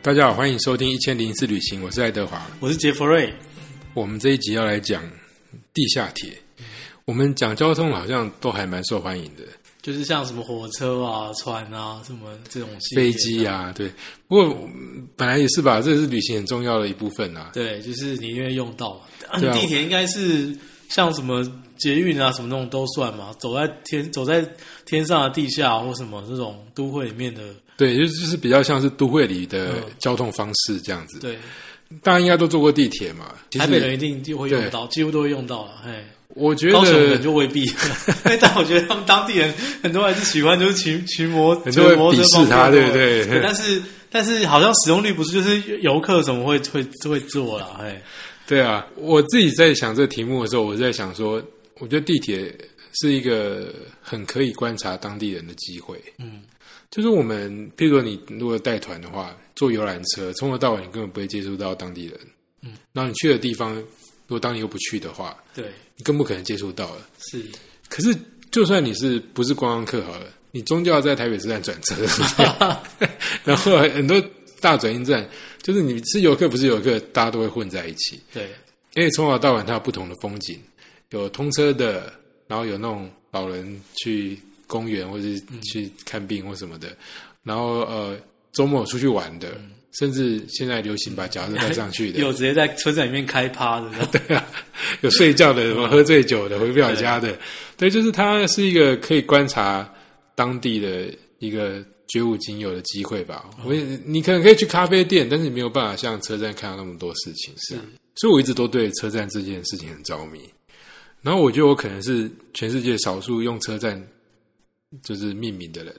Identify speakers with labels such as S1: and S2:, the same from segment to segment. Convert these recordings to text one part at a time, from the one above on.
S1: 大家好，欢迎收听《一千零一次旅行》，我是爱德华。
S2: 我是杰弗瑞。
S1: 我们这一集要来讲地下铁。我们讲交通好像都还蛮受欢迎的，
S2: 就是像什么火车啊、船啊、什么这种系列
S1: 飞
S2: 的
S1: 机，啊，对。不过嗯本来也是吧，这是旅行很重要的一部分啊。
S2: 对，就是你因为用到嘛。啊
S1: 对啊
S2: 地铁应该是像什么捷运啊、什么那种都算嘛，走在天走在天上的地下或什么这种都会里面的，
S1: 对，就是就是比较像是都会里的
S2: 嗯
S1: 交通方式这样子。
S2: 对，
S1: 大家应该都坐过地铁嘛？其
S2: 台北
S1: 实
S2: 人一定就会用到，几乎都会用到了。嘿，
S1: 我觉
S2: 高雄人
S1: 得
S2: 就未必， 但我觉得他们当地人很多还是喜欢就是骑骑摩，
S1: 很多人
S2: 骑摩托车
S1: 鄙视他
S2: 方便
S1: 对不对
S2: 但是但是好像使用率不是，就是游客怎么会会会坐啦？哎，
S1: 对啊，我自己在想这题目的时候，我在想说，我觉得地铁是一个很可以观察当地人的机会。
S2: 嗯，
S1: 就是我们，譬如说你如果带团的话，坐游览车从头到尾你根本不会接触到当地人。嗯，然后你去的地方，如果当你又不去的话，
S2: 对，
S1: 你更不可能接触到了。
S2: 是，
S1: 可是就算你是不是观光客好了，你终究要在台北车站转车，对不对然后很多大转运站，就是你是游客不是游客，大家都会混在一起。
S2: 对，
S1: 因为从早到晚它有不同的风景，有通车的，然后有那种老人去公园或者是去看病或什么的，然后呃周末出去玩的，甚至现在流行把脚踏车带上去的，
S2: 有直接在车站里面开趴的，
S1: 对啊，有睡觉 的，什么喝醉酒的，回不了家的，对，就是它是一个可以观察当地的一个绝无仅有的机会吧。我也你可能可以去咖啡店，但是你没有办法像车站看到那么多事情，是啊。所以我一直都对车站这件事情很着迷。然后我觉得我可能是全世界少数用车站就是命名的人。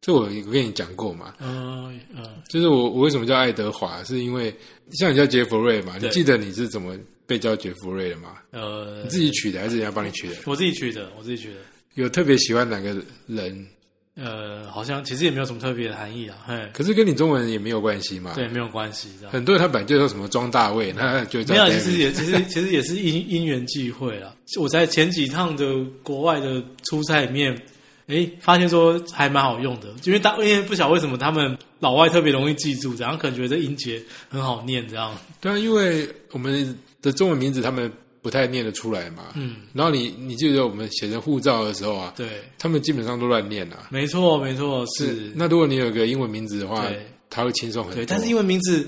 S1: 这我我跟你讲过嘛，
S2: 嗯嗯，
S1: 就是我我为什么叫爱德华，是因为像你叫杰弗瑞嘛，你
S2: 对
S1: 记得你是怎么被叫杰弗瑞的吗？
S2: 呃
S1: 你，自己取的还是人家帮你取的？
S2: 我自己取的，我自己取的，
S1: 有特别喜欢哪个人？
S2: 呃，好像其实也没有什么特别的含义啊，嘿，
S1: 可是跟你中文也没有关系嘛。，
S2: 对，没有关系，这样。
S1: 很多人他本来就说什么庄大卫，那就叫
S2: 没有，其
S1: David
S2: 实也其实其实也是因因缘际会啦。我在前几趟的国外的出差里面，诶，发现说还蛮好用的，因为当因为不晓得为什么他们老外特别容易记住，这样可能觉得音节很好念，这样
S1: 对啊，因为我们的中文名字他们不太念得出来嘛。
S2: 嗯，
S1: 然后你你记得我们写成护照的时候啊，
S2: 对，
S1: 他们基本上都乱念啊。
S2: 没错没错是，
S1: 那如果你有个英文名字的话
S2: 对，
S1: 他会轻松很多。
S2: 对，但是英文名字。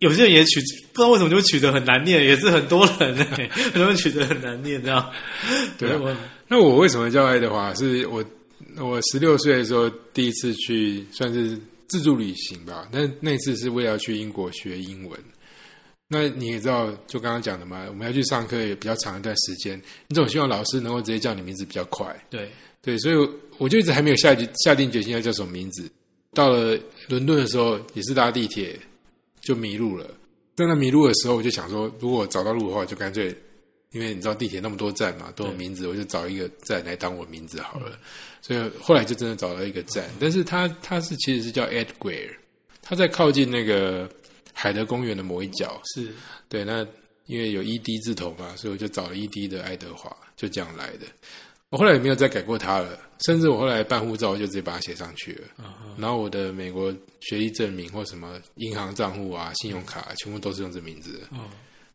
S2: 有些人也取不知道为什么就取得很难念，也是很多 人哎、很多人取得很难念这样。
S1: 对啊
S2: 我
S1: 那我为什么叫爱德华？是我我十六岁的时候第一次去，算是自助旅行吧。那那次是为了要去英国学英文。那你也知道，就刚刚讲的嘛，我们要去上课也比较长一段时间，你总希望老师能够直接叫你名字比较快。
S2: 对
S1: 对，所以我我就一直还没有下决下定决心要叫什么名字。到了伦敦的时候，也是搭地铁就迷路了。在那迷路的时候，我就想说，如果我找到路的话，就干脆，因为你知道地铁那么多站嘛，都有名字，我就找一个站来当我名字好了。所以后来就真的找到一个站，但是它它是其实是叫 Edgware，它在靠近那个海德公园的某一角。
S2: 是
S1: 对，那因为有 ED 字头嘛，所以我就找了 ED 的爱德华，就这样来的。我后来也没有再改过它了，甚至我后来办护照我就直接把它写上去了。
S2: 嗯
S1: 然后我的美国学历证明或什么银行账户啊、信用卡、全部都是用这名字的。
S2: 嗯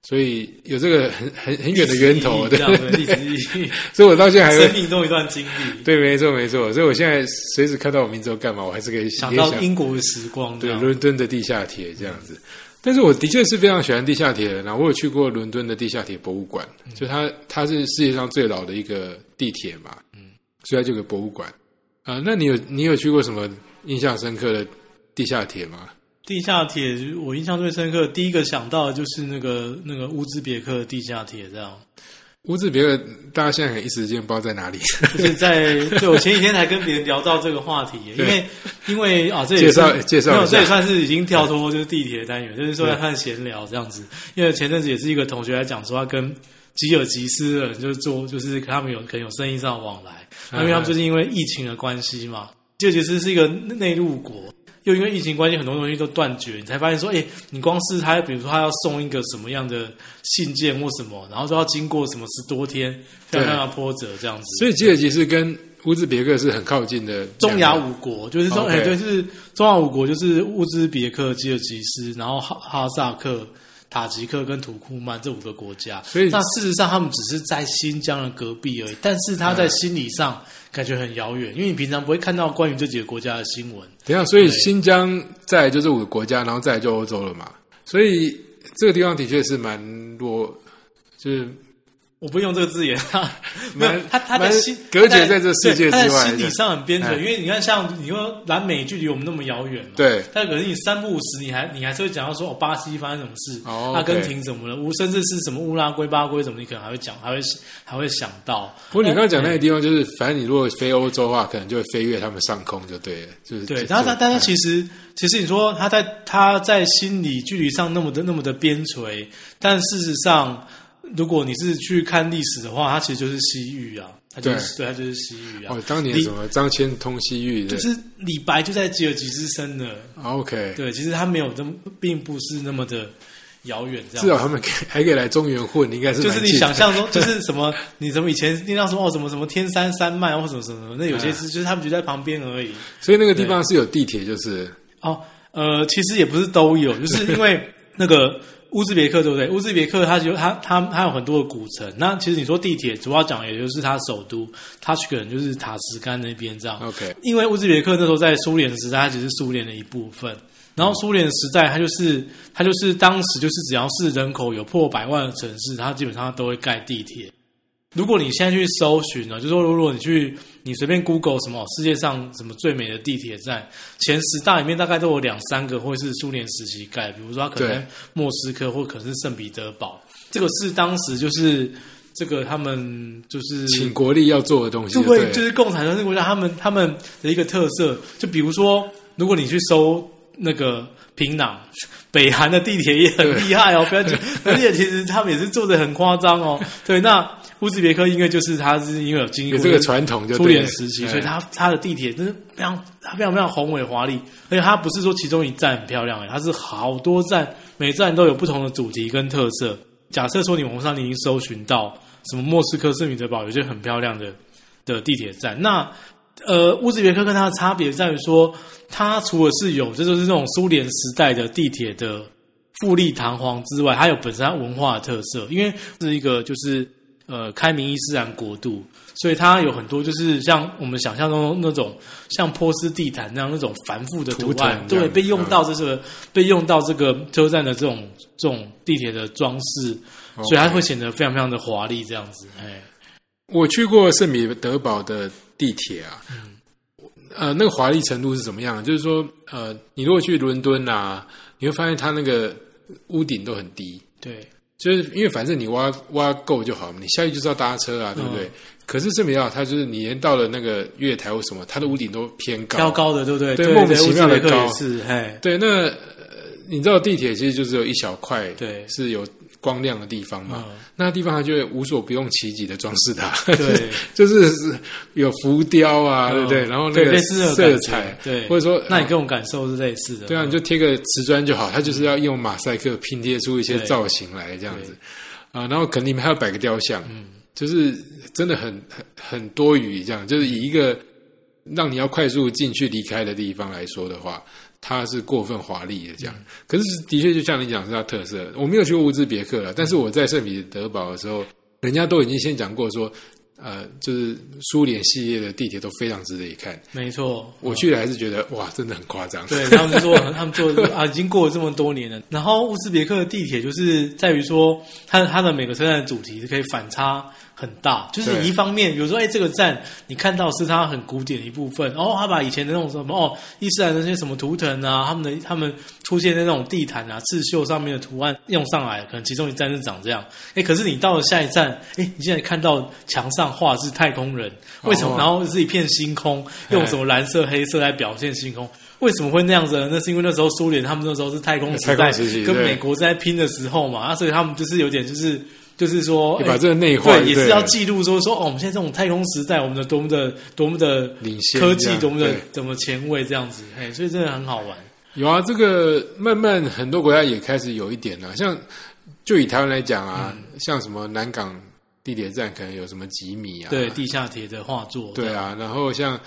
S1: 所以有这个很很很远的源头，
S2: 这
S1: 对
S2: 样的历史意义，
S1: 所以我到现在 还
S2: 生
S1: 会
S2: 命中一段经历。
S1: 对，没错没错。所以我现在随时看到我名字要干嘛，我还是可以
S2: 想
S1: 也
S2: 到英国的时光，这
S1: 对，
S2: 样
S1: 伦敦的地下铁这样子。但是我的确是非常喜欢地下铁的，然后我有去过伦敦的地下铁博物馆，
S2: 嗯
S1: 就它它是世界上最老的一个地铁嘛，嗯，所以它就有个博物馆。啊、那你有你有去过什么印象深刻的地下铁吗？
S2: 地下铁，我印象最深刻，第一个想到的就是那个那个乌兹别克地下铁，这样
S1: 乌兹别克，大家现在一时间不知道在 哪里，
S2: 就是在对我前几天才跟别人聊到这个话题，因为因为啊，这也
S1: 介绍
S2: 是
S1: 介绍
S2: 没有
S1: 一下
S2: 这也算是已经跳脱就是地铁的单元，就是说在看闲聊这样子。因为前阵子也是一个同学来讲说，他跟吉尔吉斯人就是做，就是他们有可能有生意
S1: 嗯
S2: 上的往来，那因为他们最近因为疫情的关系嘛，吉尔吉斯是一个内陆国，又因为疫情关系，很多东西都断绝，你才发现说，哎、你光是他，比如说他要送一个什么样的信件或什么，然后都要经过什么十多天，才
S1: 对
S2: 让它波折这样子。
S1: 所以吉尔吉斯跟乌兹别克是很靠近的
S2: 中亚
S1: 两个
S2: 五国就是中，哎、
S1: OK
S2: 对，是中亚五国，就是乌兹别克、吉尔吉斯，然后哈哈萨克、塔吉克跟土库曼这五个国家。
S1: 所以
S2: 那事实上他们只是在新疆的隔壁而已，但是他
S1: 嗯
S2: 在心理上感觉很遥远，因为你平常不会看到关于这几个国家的新闻。
S1: 等一下，所以新疆再来就是五个国家，然后再来就欧洲了嘛。所以这个地方的确是蛮弱，就是
S2: 我不用这个字眼，他没
S1: 蛮
S2: 有他他在
S1: 蛮
S2: 心
S1: 隔绝在这世界
S2: 对他
S1: 之外
S2: 在心理上很边
S1: 哎
S2: 陲，因为你看像你说南美距离我们那么遥远嘛，
S1: 对
S2: 但可是你三不五时，你还你还是会讲到说哦，巴西发生什么事，
S1: 哦
S2: 阿根
S1: OK
S2: 廷怎么了，乌甚至是什么乌拉圭、巴拉圭什么，你可能还会讲，还会还会想到。哎
S1: 不过你刚刚讲那个地方，就是反正你如果飞欧洲的话，可能就会飞越他们上空就对了，就是
S2: 对
S1: 就，
S2: 然后但但是
S1: 嗯
S2: 其实其实你说他在他在心理距离上那么的那么的边陲，但事实上，如果你是去看历史的话，它其实就是西域啊，它就是对，它就是西域啊
S1: 哦，，当年
S2: 你
S1: 什么张骞通西域的、啊
S2: 就是李白就在吉尔吉斯生的，
S1: o k
S2: 对，其啊实他没有这么，并不是那么的遥远这样
S1: 至。少他们可以还可以来中原混，应该是
S2: 就是
S1: 蛮
S2: 你
S1: 近的
S2: 想象 中，就是什么，你什么以前听到说哦，什么什么天山山脉或什么什么什么，那有些是就是他们就在旁边而已。
S1: 所以那个地方是有地铁，就是
S2: 哦，呃，其实也不是都 有，就是因为那个乌兹别克，对不对？乌兹别克它就它它它有很多的古城。那其实你说地铁，主要讲也就是它首都，它可能就是塔什干那边这样。
S1: OK，
S2: 因为乌兹别克那时候在苏联时代，它只是苏联的一部分。然后苏联时代，它就是它就是当时就是只要是人口有破百万的城市，它基本上都会盖地铁。如果你现在去搜寻啊呢，就说如果你去你随便 Google 什么世界上什么最美的地铁站，前十大里面大概都有两三个会是苏联时期盖的，比如说它可能
S1: 对
S2: 莫斯科或可能是圣彼得堡，这个是当时就是这个他们就是
S1: 请国力要做的东西
S2: 就
S1: 就
S2: 会
S1: 了
S2: 就是共产党这个国家他们他们的一个特色，就比如说，如果你去搜那个平壤，北韩的地铁也很厉害哦，不 要讲，而且其实他们也是做的很夸张哦。对，那乌兹别克因为就是它是因为有经历
S1: 有
S2: 过
S1: 这个传统就对了，
S2: 苏联时期，
S1: 嗯
S2: 所以它它的地铁真是非常它非常非常宏伟华丽，而且它不是说其中一站很漂亮，哎它是好多站，每站都有不同的主题跟特色。假设说你网上你已经搜寻到什么莫斯科、圣彼得堡，有些很漂亮的的地铁站，那呃，乌兹别克跟它的差别在于说，它除了是有这就是那种苏联时代的地铁的富丽堂皇之外，它有本身它文化的特色，因为是一个就是呃开明伊斯兰国度，所以它有很多就是像我们想象中那种像波斯地毯那样那种繁复的
S1: 图
S2: 图
S1: 腾
S2: 案，
S1: 这样子
S2: 对，
S1: 嗯
S2: 被用到这个、被用到这个车站的这种这种地铁的装饰，所以它
S1: OK
S2: 会显得非常非常的华丽这样子，哎，
S1: 哦我去过圣彼得堡的地铁啊，
S2: 嗯
S1: 呃，那个华丽程度是怎么样？就是说，呃，你如果去伦敦啊，你会发现它那个屋顶都很低，
S2: 对。
S1: 就是因为反正你挖挖够就好嘛，你下去就是要搭车啊，对不
S2: 嗯
S1: 对？可是圣彼得堡它就是你连到了那个月台或什么，它的屋顶都偏高，
S2: 高高的，对不对？
S1: 对
S2: 对，
S1: 莫名其妙地
S2: 乌兹别克
S1: 高
S2: 也是，哎嘿，
S1: 对，那、呃你知道地铁其实就只有一小块，
S2: 对
S1: 是有光亮的地方嘛？
S2: 嗯
S1: 那地方它就会无所不用其极的装饰它，
S2: 对，
S1: 就是是有浮雕啊，对不对？
S2: 嗯
S1: 然后那
S2: 对
S1: 个
S2: 类似那种感
S1: 色
S2: 觉
S1: 彩，
S2: 对
S1: 或者说
S2: 那你
S1: 哦
S2: 跟我感受是类似的，
S1: 对啊，你就贴个瓷砖就好，它就是要用马赛克拼贴出一些
S2: 对
S1: 造型来这样子啊，然后肯定还要摆个雕像，就是真的很很很多余，这样就是以一个让你要快速进去离开的地方来说的话，它是过分华丽的这样。可是的确就像你讲是它特色，我没有去过乌兹别克了，但是我在圣彼得堡的时候，人家都已经先讲过说。呃，就是苏联系列的地铁都非常值得一看。
S2: 没错。
S1: 我去了还是觉得哇，真的很夸张。
S2: 对他们就做，他们做啊，已经过了这么多年了。然后乌兹别克的地铁就是在于说，它它的每个车站的主题是可以反差很大，就是
S1: 对
S2: 你一方面，比如说，哎，这个站你看到是它很古典的一部分，哦，它把以前的那种什么哦，伊斯兰的那些什么图腾啊，他们的他们出现的那种地毯啊、刺绣上面的图案用上来，可能其中一站是长这样。哎，可是你到了下一站，哎，你现在看到墙上画的是太空人，为什么？
S1: 哦
S2: 然后是一片星空，用什么蓝色、黑色来表现星空？为什么会那样子呢？那是因为那时候苏联他们那时候是太空时
S1: 太
S2: 代
S1: 空时期，
S2: 跟
S1: 对
S2: 美国在拼的时候嘛，啊，所以他们就是有点就是就是说，
S1: 你把这个内化，
S2: 对，也是要
S1: 对
S2: 记录说说哦，我们现在这种太空时代，我们的多么的多么的
S1: 领先
S2: 科
S1: 这
S2: 技，
S1: 样
S2: 多么的
S1: 对
S2: 怎么前卫这样子，哎，所以真的很好玩。
S1: 有啊，这个慢慢很多国家也开始有一点了、像就以台湾来讲啊，
S2: 嗯
S1: 像什么南港地铁站可能有什么几米啊，
S2: 对，地下铁的画作，
S1: 对啊，然后像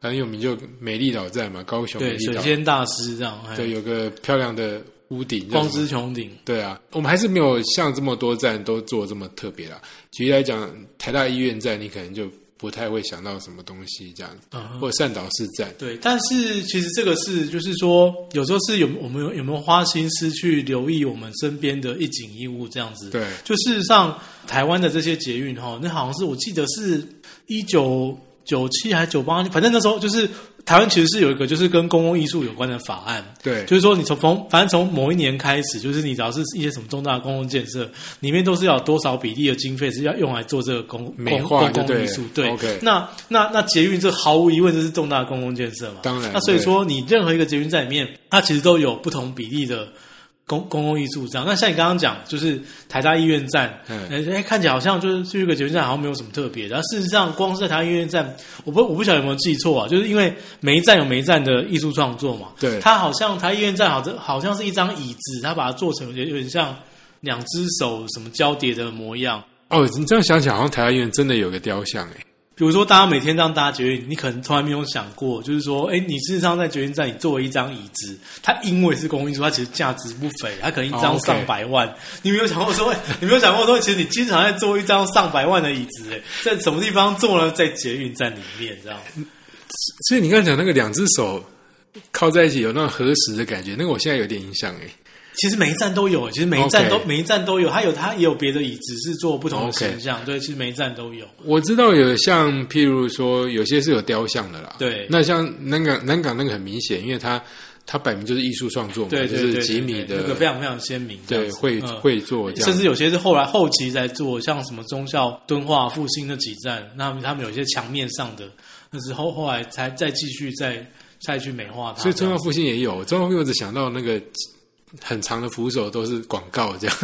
S1: 很有名就美丽岛站嘛，高雄美
S2: 对，
S1: 丽
S2: 水
S1: 岛，
S2: 仙大师这样，哎
S1: 对，有个漂亮的屋顶，
S2: 光之穹顶，
S1: 对啊，我们还是没有像这么多站都做这么特别啦。举例来讲，台大医院站你可能就不太会想到什么东西这样子，
S2: 嗯哼
S1: 或者善导市站，
S2: 对，但是其实这个是，就是说，有时候是有我们有有没有花心思去留意我们身边的一景一物这样子。，
S1: 对，
S2: 就事实上，台湾的这些捷运哈，那好像是我记得是一九九七还是九八，反正那时候就是台湾其实是有一个就是跟公共艺术有关的法案，
S1: 对，
S2: 就是说你从从反正从某一年开始，就是你只要是一些什么重大的公共建设，里面都是要有多少比例的经费是要用来做这个公
S1: 美
S2: 公
S1: 化
S2: 公
S1: 就对
S2: 共
S1: 了
S2: 艺术。对
S1: OK
S2: 那那那捷运这毫无疑问就是重大的公共建设嘛。
S1: 当然
S2: 那所以
S1: 对
S2: 说你任何一个捷运站里面，它其实都有不同比例的。公公共艺术这样，那像你刚刚讲，就是台大医院站，
S1: 嗯
S2: 哎、看起来好像就是去一个捷运站，好像没有什么特别的。然后事实上，光是在台大医院站，我不我不晓得有没有记错啊，就是因为每一站有每一站的艺术创作嘛，
S1: 对
S2: 它好像台医院站好像好像是一张椅子，它把它做成有点有点像两只手什么交叠的模样。
S1: 哦，你这样想想，好像台大医院真的有个雕像哎、
S2: 比如说，大家每天这样搭捷运，你可能从来没有想过，就是说，哎，你事实上在捷运站，你作为一张椅子，它因为是公益处，它其实价值不菲，它可能一
S1: 哦
S2: 张
S1: ，OK
S2: 上百万。你没有想过说，哎你没有想过说，其实你经常在坐一张上百万的椅子，哎，在什么地方坐呢？在捷运站里面，这样。
S1: 所以你刚才讲那个两只手靠在一起有那种合十的感觉，那个我现在有点影响哎、
S2: 其实每一站都有，其实每一站都
S1: OK
S2: 每一站都有，它有它也有别的椅子是做不同的
S1: OK
S2: 形象对，其实每一站都有。
S1: 我知道有像譬如说有些是有雕像的啦，
S2: 对
S1: 那像南港南港那个很明显，因为它它摆明就是艺术创作嘛，
S2: 对对对，
S1: 就
S2: 对
S1: 是吉米的
S2: 对那个非常非常鲜明这样
S1: 对
S2: 子，
S1: 会、
S2: 嗯
S1: 会做这样，
S2: 甚至有些是后来后期在做，像什么中校、敦化、复兴那几站，那他们他们有一些墙面上的，那之后后来才再继续再再去美化它。
S1: 所以中央复兴也有，中央复兴我只想到那个很长的扶手都是广告这样，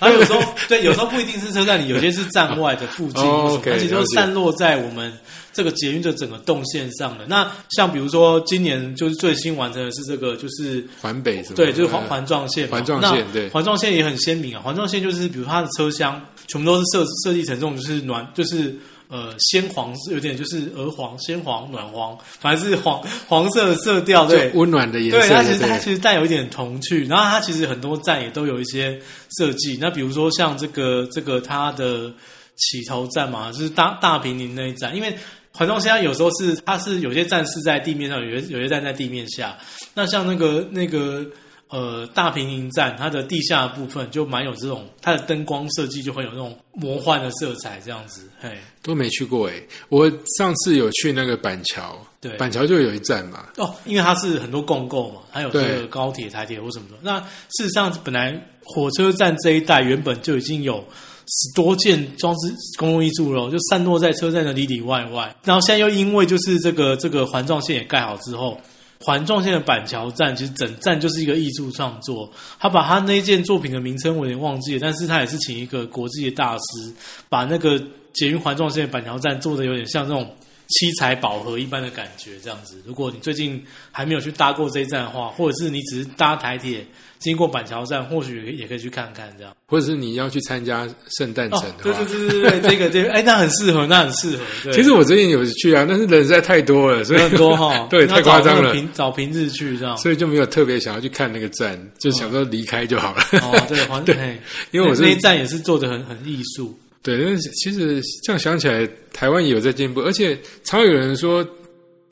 S2: 然后有时候 对，有时候不一定是车站里，有些是站外的附近
S1: 哦
S2: 或什么，
S1: OK，
S2: 而且
S1: 了
S2: 都
S1: 解
S2: 散落在我们这个捷运的整个动线上的。那像比如说今年就是最新完成的是这个，就是
S1: 环北什么
S2: 对，就是环
S1: 嗯
S2: 环状线嘛，
S1: 环状线
S2: 那
S1: 对
S2: 环状线也很鲜明啊。环状线就是，比如它的车厢全部都是设设计成这种，就是暖，就是呃鲜黄，有点就是鹅黄、鲜黄、暖黄，反正是黄黄色的色调，对
S1: 就。温暖的颜
S2: 对，
S1: 色，
S2: 它其实
S1: 对
S2: 它其实带有一点童趣，然后它其实很多站也都有一些设计。那比如说像这个这个它的起头站嘛，就是大大平林那一站，因为环状线它有时候是它是有些站是在地面上，有些有些站在地面下。那像那个那个呃大平林站，它的地下部分就蛮有这种它的灯光设计就会有那种魔幻的色彩这样子，嘿。
S1: 都没去过诶、欸我上次有去那个板桥，
S2: 对
S1: 板桥就有一站嘛，
S2: 哦，因为它是很多共购嘛，还有这
S1: 对
S2: 个高铁、台铁或什么的。那事实上，本来火车站这一带原本就已经有十多件装置公共艺术了，就散落在车站的里里外外。然后现在又因为就是这个这个环状线也盖好之后。环状线的板桥站，其实整站就是一个艺术创作。他把他那件作品的名称我有点忘记了，但是他也是请一个国际的大师，把那个捷运环状线的板桥站做的有点像那种七彩饱和一般的感觉，这样子。如果你最近还没有去搭过这一站的话，或者是你只是搭台铁经过板桥站，或许也可以去看看这样。
S1: 或者是你要去参加圣诞城
S2: 哦，
S1: 的
S2: 对
S1: 话。
S2: 对对对对，这个这个，哎，那很适合，那很适合。对，
S1: 其实我最近有去啊，但是人实在太多了，所以，
S2: 人很多哈
S1: 对，
S2: 那
S1: 太夸
S2: 找
S1: 张
S2: 那个
S1: 了，
S2: 平找平日去这 样。
S1: 所以就没有特别想要去看那个站，就想说离开就好了。
S2: 哦，对，环对，
S1: 因为我是
S2: 那一站也是做的很很艺术。
S1: 对，但是其实这样想起来，台湾也有在进步，而且常有人说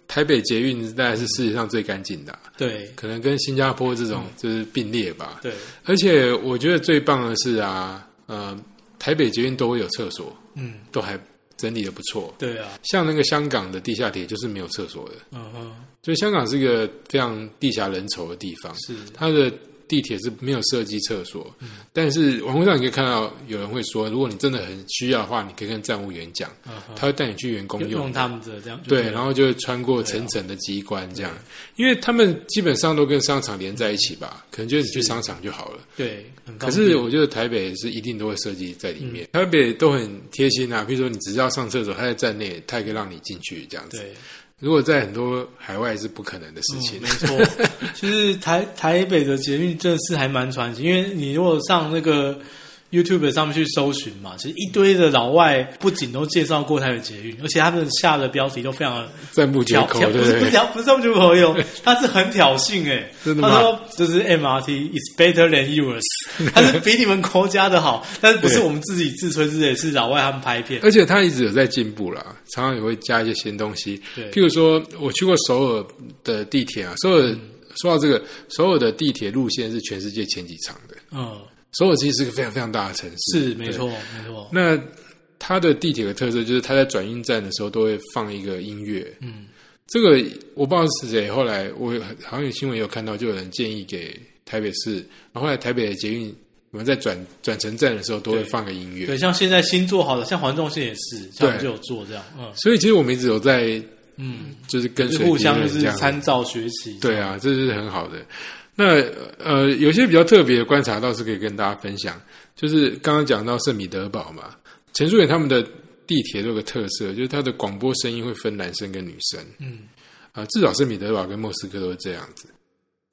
S1: 台北捷运大概是世界上最干净的啊、
S2: 对
S1: 可能跟新加坡这种就是并列吧。
S2: 对，
S1: 而且我觉得最棒的是啊，呃，台北捷运都会有厕所，
S2: 嗯，
S1: 都还整理的不错。
S2: 对啊，
S1: 像那个香港的地下铁就是没有厕所的，
S2: 嗯哼，
S1: 所以香港是一个非常地下人稠的地方，
S2: 是
S1: 它的地铁是没有设计厕所，但是网络上你可以看到有人会说，如果你真的很需要的话，你可以跟站务员讲，
S2: 嗯哼
S1: 他会带你去员工
S2: 用
S1: 用
S2: 用他们的这样就啊
S1: 对，
S2: 了
S1: 然后就会穿过层层的机关这样，因为他们基本上都跟商场连在一起吧，可能就是你去商场就好了。
S2: 对，很方
S1: 可
S2: 便
S1: 是我觉得台北是一定都会设计在里面，台北都很贴心啊，比如说你只要上厕所，他在站内，他也可以让你进去这样子。
S2: 对，
S1: 如果在很多海外是不可能的事情
S2: 嗯、没。 错，就是台台北的捷运真的是还蛮传奇，因为你如果上那个 YouTube 上面去搜寻嘛，其实一堆的老外不仅都介绍过台北捷运，而且他们下的标题都非常的
S1: 站不绝
S2: 挑
S1: 口，
S2: 挑
S1: 对
S2: 不是不
S1: 不对？
S2: 是挑不是上去朋友，他是很挑衅哎、
S1: 真的吗
S2: 他说就是 MRT is better than yours，他是 比你们国家的好，但是不是
S1: 对
S2: 我们自己自吹自擂，是老外他们拍片。
S1: 而且它一直有在进步啦，常常也会加一些新东西。
S2: 对
S1: 譬如说，我去过首尔的地铁啊，首尔、
S2: 嗯
S1: 说到这个，首尔的地铁路线是全世界前几长的。
S2: 嗯，
S1: 首尔其实是个非常非常大的城市，
S2: 是没错没错，
S1: 那它的地铁的特色就是它在转运站的时候都会放一个音乐。
S2: 嗯，
S1: 这个我不知道是谁，后来我有好像有新闻有看到，就有人建议给台北市，然后后来台北的捷运，我们在转转乘站的时候都会
S2: 对
S1: 放个音乐。
S2: 对，像现在新做好的，像环状线也是，像我们
S1: 对
S2: 就有做这样，嗯
S1: 所以其实我们一直有在
S2: 嗯，
S1: 就是跟
S2: 就
S1: 随
S2: 互相
S1: 别
S2: 就
S1: 人
S2: 是
S1: 这样
S2: 参照学习，
S1: 对啊，这是很好的。那呃，有些比较特别的观察倒是可以跟大家分享，就是刚刚讲到圣彼得堡嘛，陈淑远他们的地铁都有个特色，就是它的广播声音会分男生跟女生
S2: 嗯
S1: 啊、至少圣彼得堡跟莫斯科都是这样子。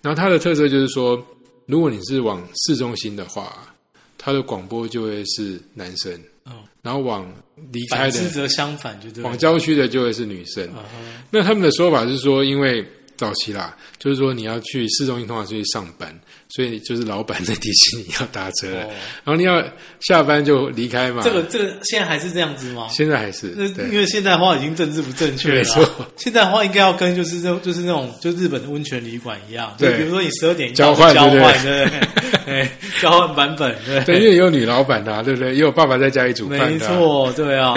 S1: 然后它的特色就是说，如果你是往市中心的话，它的广播就会是男生，
S2: 嗯，
S1: 然后往离开
S2: 反
S1: 的
S2: 之则相反，就对了，
S1: 往郊区的就会是女生。
S2: 嗯哼
S1: 那他们的说法是说，因为早期啦，就是说你要去市中心通常是去上班，所以就是老板在提醒你要搭车了，
S2: 哦
S1: 然后你要下班就离开嘛。
S2: 这个这个现在还是这样子吗？
S1: 现在还啊是
S2: 那因
S1: 对
S2: 为现代化已经政治不正确了啊，
S1: 没错
S2: 现代化应该要跟就是那种就是那种就日本的温泉旅馆一样，就
S1: 对
S2: 比如说你十二点一
S1: 交
S2: 到
S1: 换
S2: 交
S1: 对不
S2: 换对不对？ 哎交换版本对
S1: 对，因为也有女老板的、啊，对不对？也有爸爸在家里煮饭的、啊，
S2: 没，错对啊，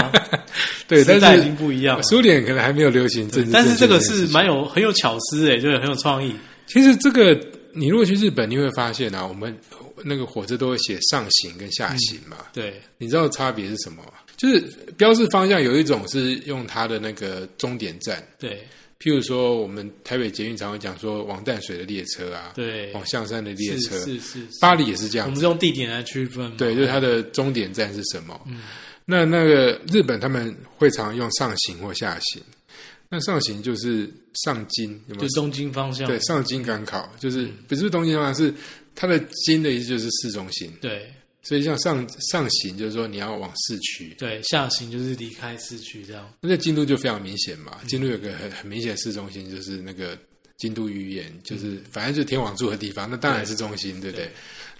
S1: 对。
S2: 时代
S1: 但
S2: 已
S1: 是
S2: 经不一样了。
S1: 苏联可能还没有流行政治正确件
S2: 但
S1: 事
S2: 是
S1: 情，
S2: 这个是蛮有很有巧思哎、就是很有创意。
S1: 其实这个你如果去日本，你会发现啊，我们那个火车都会写上行跟下行嘛，
S2: 对，
S1: 你知道差别是什么吗？就是标示方向有一种是用它的那个终点站，
S2: 对，
S1: 譬如说我们台北捷运常会讲说往淡水的列车啊，
S2: 对，
S1: 往象山的列
S2: 是
S1: 车，
S2: 是嗯是，是
S1: 巴黎也是这
S2: 我
S1: 样
S2: 们
S1: 子，
S2: 是用地点来区分嘛。
S1: 对，就是它的终点站是什么。
S2: 嗯
S1: 那那个日本他们会常用上行或下行，那上行就是上京，有没
S2: 就
S1: 有？
S2: 东京嗯方向。
S1: 对，上京赶考就是不是东京方向，是它的京的意思就是市中心，
S2: 对
S1: 所以像上上行就是说你要往市区，
S2: 对，下行就是离开市区这样。
S1: 那在京都就非常明显
S2: 嗯
S1: 嘛，京都有个很很明显的市中心，就是那个京都御苑，就是
S2: 嗯
S1: 反正就是天皇住的地方，那当然是中心，对不对？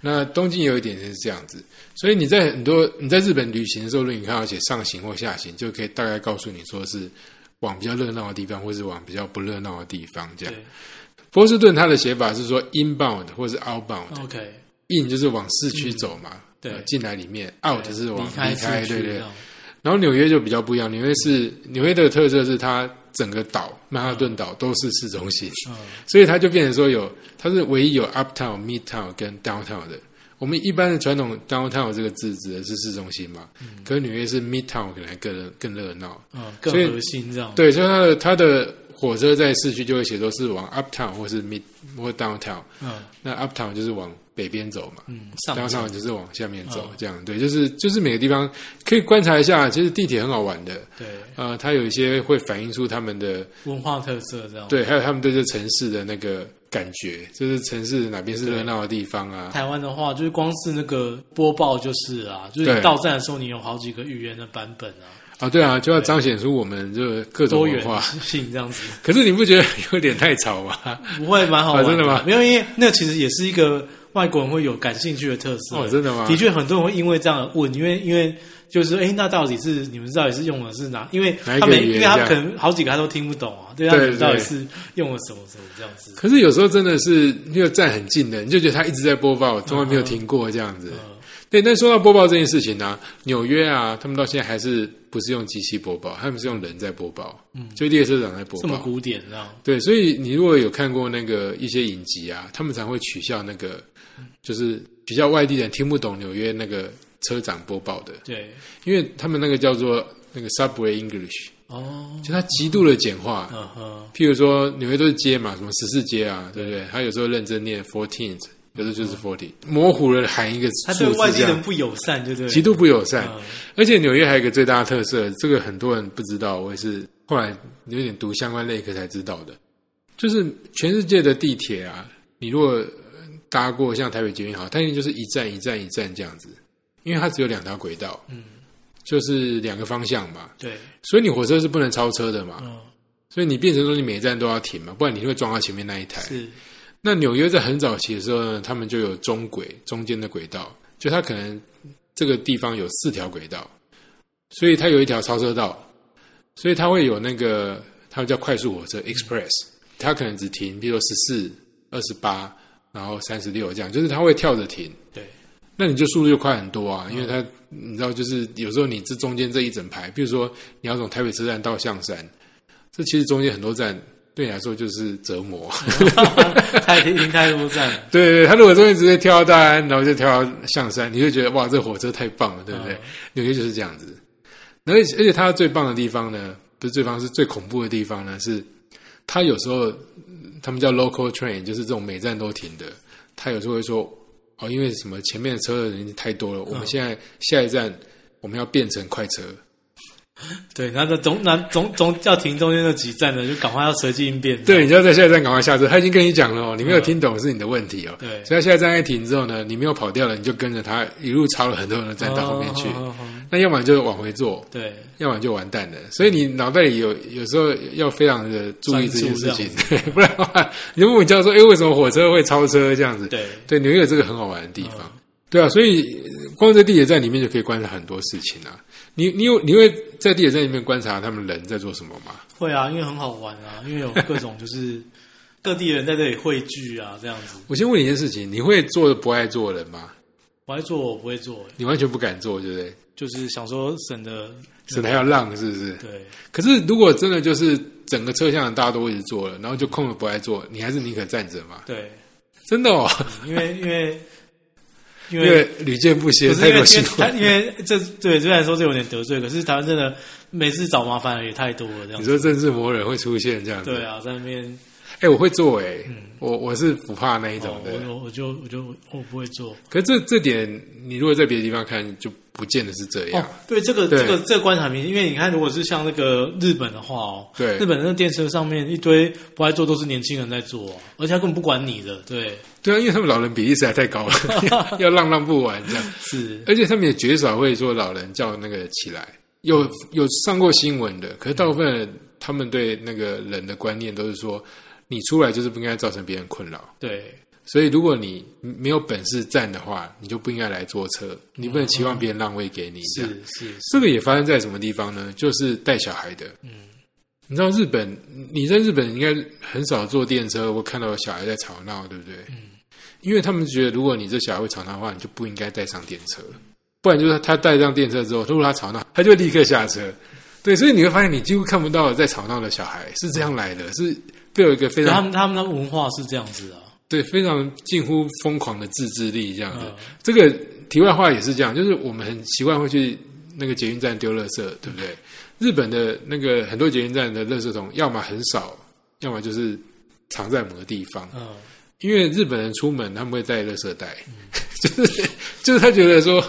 S1: 那东京有一点是这样子，所以你在很多你在日本旅行的时候，如果你看到写上行或下行，就可以大概告诉你说是往比较热闹的地方，或是往比较不热闹的地方这样。
S2: 对
S1: 波士顿它的写法是说 inbound 或是 outbound，in、
S2: ，OK，
S1: 就是往市区走嘛，
S2: 哦嗯对
S1: 呃进来里面，out 是往
S2: 离开市
S1: 对
S2: 区哦
S1: 对
S2: 这。样。
S1: 然后纽约就比较不一样，纽约是纽约的特色是它整个岛曼哈顿岛都是市中心，
S2: 嗯，
S1: 所以它就变成说有它是唯一有 uptown、midtown 跟 downtown 的。我们一般的传统 downtown 这个字指的是市中心嘛，可是纽约是 midtown 可能还更更热闹。
S2: 嗯，更
S1: 所以
S2: 核心这样。
S1: 对，所以它的它的火车在市区就会写作是往 uptown 或是 mid 或 downtown，
S2: 嗯
S1: 那 uptown 就是往北边走嘛。
S2: 嗯，上
S1: 当
S2: 上
S1: 啊上就是往下面走，这样对，就是就是每个地方可以观察一下，其实地铁很好玩的，
S2: 对
S1: 呃，它有一些会反映出他们的
S2: 文化特色这样。，
S1: 对，还有他们对这城市的那个感觉，就是城市哪边是热闹的地方啊。
S2: 台湾的话，就是光是那个播报就是啊，就是
S1: 对
S2: 你到站的时候，你有好几个语言的版本啊，
S1: 啊，对啊，就要彰显出我们这各种
S2: 多
S1: 文
S2: 元
S1: 化。
S2: 性这样子。
S1: 可是你不觉得有点太吵吗？
S2: 不会蛮好玩、
S1: 啊真的吗
S2: 没有，因为那其实也是一个外国人会有感兴趣的特色。
S1: 哦真的吗
S2: 的确，很多人会因为这样问，因为因为就是哎，诶那到底是你们到底是用的是哪？因为
S1: 哪一
S2: 他
S1: 个
S2: 们
S1: 语言
S2: 因为他们
S1: 这
S2: 可能好几个他都听不懂啊，对啊，
S1: 对
S2: 你们到底
S1: 对
S2: 是用了什么什么这样子？
S1: 可是有时候真的是那个站很近的，你就觉得他一直在播报，我从来没有停过这样子。
S2: 嗯
S1: 对，但说到播报这件事情呢、纽约啊，他们到现在还是不是用机器播报，他们是用人在播报，嗯，就列车长在播
S2: 这么
S1: 报。
S2: 古典这样，
S1: 对，所以你如果有看过那个一些影集啊，他们常会取笑那个，就是取笑外地人听不懂纽约那个车长播报的，
S2: 对，
S1: 因为他们那个叫做那个 subway English，
S2: 哦，
S1: 就它极度的简化。
S2: 嗯哼，
S1: 譬如说纽约都是街嘛，什么十四街啊，对不对？他有时候认真念 fourteenth，有时候就是 forty，、模糊了喊一个
S2: 他对
S1: 数
S2: 外
S1: 字
S2: 地
S1: 这
S2: 人
S1: 样，
S2: 不友善，对不对？
S1: 极度不友善。
S2: 嗯
S1: 而且纽约还有一个最大的特色，这个很多人不知道，我也是后来有点读相关类科才知道的，就是全世界的地铁啊，你如果呃搭过像台北捷运好，它一定就是一站一站一站这样子，因为它只有两条轨道，嗯，就是两个方向嘛，
S2: 对，
S1: 所以你火车是不能超车的嘛，
S2: 嗯，
S1: 所以你变成说你每一站都要停嘛，不然你会撞到前面那一台。
S2: 是，
S1: 那纽约在很早期的时候呢，他们就有中轨中间的轨道，就它可能这个地方有四条轨道，所以它有一条超车道，所以它会有那个它叫快速火车 express，它可能只停，比如说十四、二十八，然后三十六这样，就是它会跳着停。
S2: 对，
S1: 那你就速度就快很多啊，因为它你知道，就是有时候你这中间这一整排，比如说你要从台北车站到象山，这其实中间很多站对你来说就是折磨。
S2: 他已经太多站了，
S1: 对对，他如果中间直接跳到大安，然后就跳到象山，你就觉得哇，这火车太棒了，对不对
S2: 嗯？
S1: 纽、约就是这样子。而且而且它最棒的地方呢，不是最棒，是最恐怖的地方呢，是它有时候嗯他们叫 local train，就是这种每站都停的，它有时候会说哦，因为什么前面的车的人太多了，我们现在下一站我们要变成快车。
S2: 对，那那总那总总要停中间那几站的，就赶快要随机应变，
S1: 对，你就要在下一站赶快下车。他已经跟你讲了哦，你没有听懂是你的问题哦。
S2: 嗯对
S1: 所以他下一站一停之后呢，你没有跑掉了，你就跟着他一路超了很多人的站到后面去。
S2: 哦哦哦哦
S1: 那要么你就往回坐，
S2: 对，
S1: 要么你就完蛋了。所以你脑袋里有有时候要非常的注意这件事情，对， 不然的话，你就问我教说，哎，为什么火车会超车这样子？
S2: 对哦
S1: 对，纽约有这个很好玩的地方。对啊，所以呃光在地铁站里面就可以观察很多事情啊。你你有你会在地铁站里面观察他们人在做什么吗？
S2: 会啊，因为很好玩啊，因为有各种就是各地人在这里汇聚啊，这样子。
S1: 我先问你一件事情，你会做不爱做的人吗？
S2: 我还做我不会做，
S1: 你完全不敢做，对不对？
S2: 就是想说省得
S1: 省得还要浪，是不是？
S2: 对
S1: 可是如果真的就是整个车厢大家都一直坐了，然后就空了不爱坐，你还是宁可站着嘛？
S2: 对，
S1: 真的哦，
S2: 因为因为
S1: 因
S2: 因为
S1: 为屡见不鲜，
S2: 不是
S1: 太
S2: 因
S1: 多
S2: 为因
S1: 新
S2: 为他
S1: 闻。
S2: 因为这对虽然说这有点得罪，可是台湾真的每次找麻烦的也太多了，这样
S1: 你
S2: 子。
S1: 说政治魔人会出现这样子？
S2: 对啊，在那边
S1: 哎、我会做哎、我我是不怕那一
S2: 哦
S1: 种，的。
S2: 我我我就我就我不会做。
S1: 可是这这点，你如果在别的地方看，就不见得是这样。
S2: 哦，对这个
S1: 对
S2: 这个这个观察明，因为你看，如果是像那个日本的话哦，
S1: 对
S2: 日本的那电车上面一堆不爱坐都是年轻人在坐哦、而且他根本不管你的，对，
S1: 对啊，因为他们老人比例实在太高 了，要浪浪不完这样。
S2: 是，
S1: 而且他们也绝少会说老人叫那个起来，有有上过新闻的，可是大部分人他们对那个人的观念都是说，你出来就是不应该造成别人困扰，
S2: 对，
S1: 所以如果你没有本事站的话，你就不应该来坐车，你不能期望别人让位给你。啊这
S2: 是
S1: 样
S2: 是是，
S1: 这个也发生在什么地方呢？就是带小孩的，嗯。你知道日本，你在日本应该很少坐电车，我看到有小孩在吵闹，对不对？嗯，因为他们觉得，如果你这小孩会吵闹的话，你就不应该带上电车，不然就是他带上电车之后，如果他吵闹，他就会立刻下车。对，所以你会发现，你几乎看不到在吵闹的小孩是这样来的，是被有一个非
S2: 对
S1: 常
S2: 他们他们的文化是这样子啊，
S1: 对，非常近乎疯狂的自制力这样子。
S2: 嗯
S1: 这个题外话也是这样，就是我们很习惯会去那个捷运站丢垃圾，对不对？日本的那个很多捷运站的垃圾桶，要么很少，要么就是藏在某个地方。
S2: 嗯，
S1: 因为日本人出门他们会带垃圾袋， 就是就是他觉得说，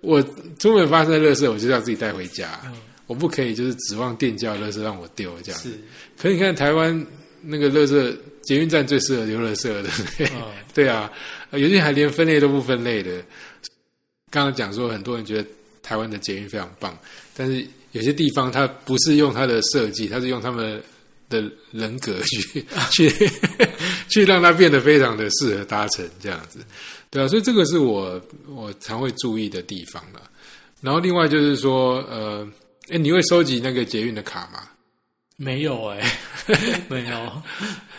S1: 我出门发生垃圾，我就要自己带回家，我不可以就是指望店家有垃圾让我丢这样。
S2: 是，
S1: 可是你看台湾那个垃圾捷运站最适合丢垃圾了，对不对？
S2: 嗯，
S1: 对啊，呃有些还连分类都不分类的。刚刚讲说，很多人觉得台湾的捷运非常棒，但是有些地方它不是用它的设计，它是用他们的人格去 去去让它变得非常的适合搭乘这样子。对啊，所以这个是我我常会注意的地方了。然后另外就是说，呃，哎，你会收集那个捷运的卡吗？
S2: 没有哎、没有，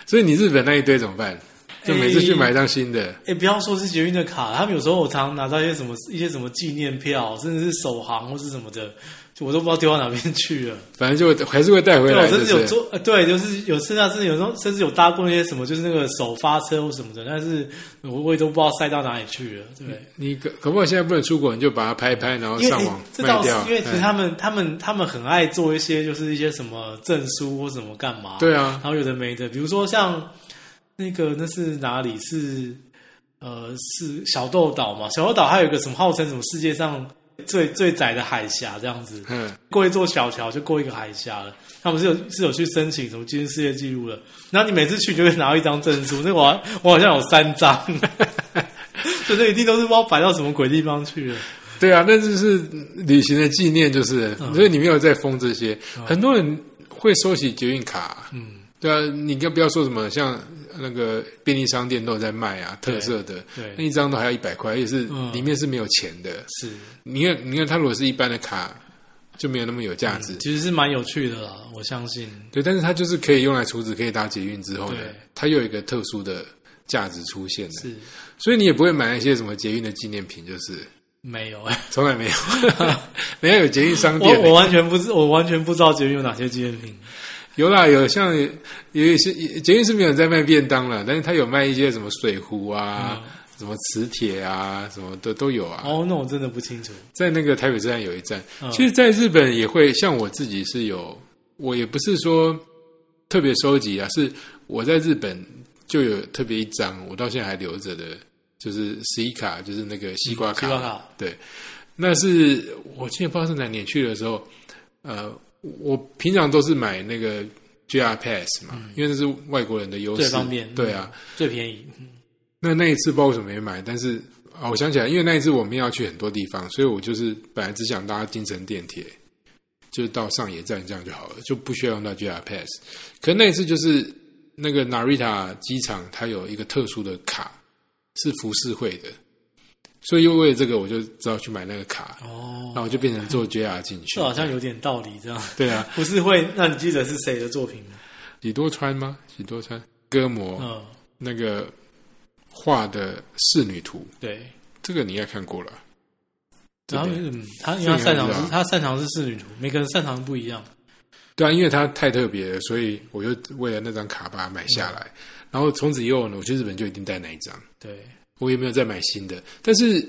S1: 所以你日本那一堆怎么办？就每次去买一张新的，
S2: 哎、不要说是捷运的卡，他们有时候我常常拿到一些什么一些什么纪念票，甚至是首航或是什么的，就我都不知道丢到哪边去了。
S1: 反正就还是会带回
S2: 对，我
S1: 来，
S2: 甚
S1: 就
S2: 至有
S1: 是
S2: 做，呃对，就是有甚至甚至有时候甚至有搭过那些什么，就是那个首发车或什么的，但是我我也都不知道塞到哪里去了。对，
S1: 你可可不可以现在不能出国，你就把它拍一拍，然后
S2: 因
S1: 嗯
S2: 为
S1: 上
S2: 诶
S1: 网
S2: 这
S1: 卖
S2: 倒是
S1: 掉？
S2: 因为其实
S1: 哎
S2: 他们、他们他们很爱做一些就是一些什么证书或什么干嘛，
S1: 对啊
S2: 然，后有的没的，比如说像那个那是哪里是呃是小豆岛嘛？小豆岛还有一个什么号称什么世界上最最窄的海峡这样子，
S1: 嗯，
S2: 过一座小桥就过一个海峡了。他们是有是有去申请什么吉尼斯世界纪录的，然后你每次去你就会拿到一张证书，那我好我好像有三张， 所以那一定都是不知道摆到什么鬼地方去了。
S1: 对啊，那就是旅行的纪念，就是，
S2: 嗯
S1: 所以你没有在封这些。很多人会收集捷运卡，嗯，对啊，你更不要说什么像那个便利商店都有在卖啊，
S2: 对
S1: 特色的，
S2: 对
S1: 那一张都还要一百块，也是
S2: 嗯
S1: 里面是没有钱的。
S2: 是，
S1: 你看，你看，它如果是一般的卡，就没有那么有价值。
S2: 其实是蛮有趣的啦，我相信。
S1: 对，但是它就是可以用来储值，可以搭捷运之后呢
S2: 对，
S1: 它又有一个特殊的价值出现了，
S2: 是
S1: 所以你也不会买那些什么捷运的纪念品，就是
S2: 没有，
S1: 从来没 有，人家有捷运商
S2: 我
S1: 店。
S2: 我完全不知，我完全不知道捷运有哪些纪念品。
S1: 有啦，有像有一些捷运是没有在卖便当了，但是他有卖一些什么水壶啊、什么磁铁啊、什么的都有啊。
S2: 嗯哦，那我真的不清楚。
S1: 在那个台北车站有一站，
S2: 嗯
S1: 其实，在日本也会像我自己是有，我也不是说特别收集啊，是我在日本就有特别一张，我到现在还留着的，就是十一卡，就是那个西瓜卡，
S2: 嗯西瓜卡
S1: 对，那是我记得不知道是哪年去的时候，呃，我平常都是买那个 JR Pass 嘛，因为那是外国人的优势，
S2: 最嗯方便嗯
S1: 对啊。
S2: 最便宜，
S1: 那那一次不知道为什么没买，但是啊，我想起来，因为那一次我们要去很多地方，所以我就是本来只想搭京城电铁，就是到上野站这样就好了，就不需要用到 JR Pass。可那一次就是那个 Narita 机场，它有一个特殊的卡是浮世绘的，所以又为了这个，我就只好去买那个卡，
S2: 哦
S1: 然，后我就变成坐 JR 进去
S2: 这。好像有点道理，这样
S1: 对啊，
S2: 不是会让你记得是谁的作品吗？
S1: 喜多川吗？喜多川歌魔、
S2: 嗯，
S1: 那个画的仕女图，
S2: 对。
S1: 这个你应该看过了。
S2: 然后
S1: 这边
S2: 嗯，他因为他擅长
S1: 这个
S2: 是
S1: 啊
S2: 他擅长是仕女图，每个人擅长不一样。
S1: 对啊，因为它太特别了，所以我就为了那张卡把它买下来。
S2: 嗯
S1: 然后从此以后呢，我去日本就一定带那一张，
S2: 对，
S1: 我也没有再买新的。但是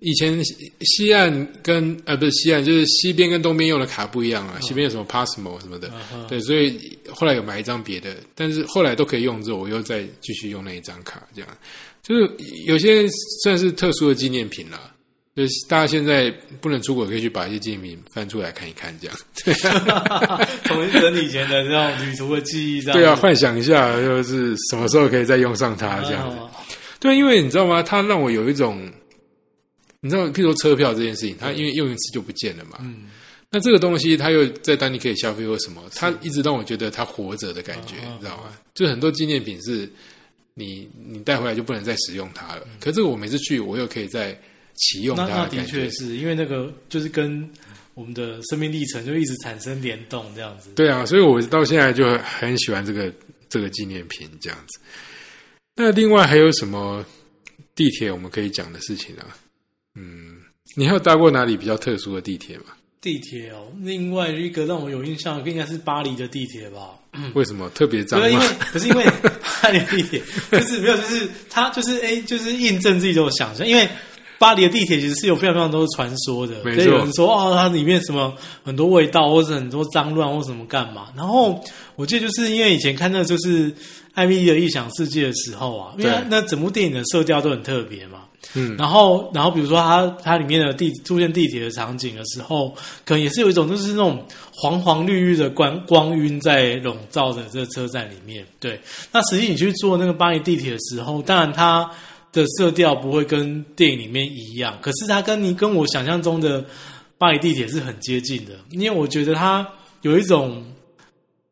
S1: 以前西西岸跟呃不是西岸，就是西边跟东边用的卡不一样啊，西边有什么 Passmo 什么的，
S2: 嗯哼，
S1: 对，所以后来有买一张别的，但是后来都可以用之后，我又再继续用那一张卡，这样就是有些算是特殊的纪念品啦。就是大家现在不能出国，可以去把一些纪念品翻出来看一看，这样。
S2: 从整理以前的这种旅途的记忆，这样
S1: 对啊，幻想一下，就是什么时候可以再用上它这样子。
S2: 哦
S1: 对，啊因为你知道吗？它让我有一种，你知道，譬如说车票这件事情，它因为用一次就不见了嘛。嗯。那这个东西，它又在当地可以消费或什么，它一直让我觉得它活着的感觉，
S2: 嗯嗯
S1: 你知道吗？就很多纪念品是你你带回来就不能再使用它了。可这个我每次去，我又可以再启用它
S2: 嗯那那
S1: 的
S2: 的
S1: 感觉
S2: 确。是因为那个就是跟我们的生命历程就一直产生联动，这样子。
S1: 对啊，所以我到现在就很喜欢这个这个纪念品这样子。那另外还有什么地铁我们可以讲的事情啊？嗯，你还有搭过哪里比较特殊的地铁吗？
S2: 地铁哦，另外一个让我有印象的应该是巴黎的地铁吧？
S1: 为什么特别脏
S2: 不嗯啊是
S1: 吗
S2: 因为？不是因为巴黎的地铁，就是没有，就是他就是哎、就是印证自己的想象，因为。巴黎的地铁其实是有非常非常多的传说的，
S1: 没
S2: 所以有
S1: 错
S2: 人说哦，它里面什么很多味道，或者很多脏乱，或什么干嘛。然后我记得就是因为以前看那就是《艾米丽的异想世界》的时候啊，因为
S1: 对
S2: 它那整部电影的色调都很特别嘛，
S1: 嗯，
S2: 然后，然后比如说它它里面的地出现地铁的场景的时候，可能也是有一种就是那种黄黄绿绿的光光晕在笼罩着这车站里面。对，那实际你去坐那个巴黎地铁的时候，当然它的色调不会跟电影里面一样，可是它跟你跟我想象中的巴黎地铁是很接近的，因为我觉得它有一种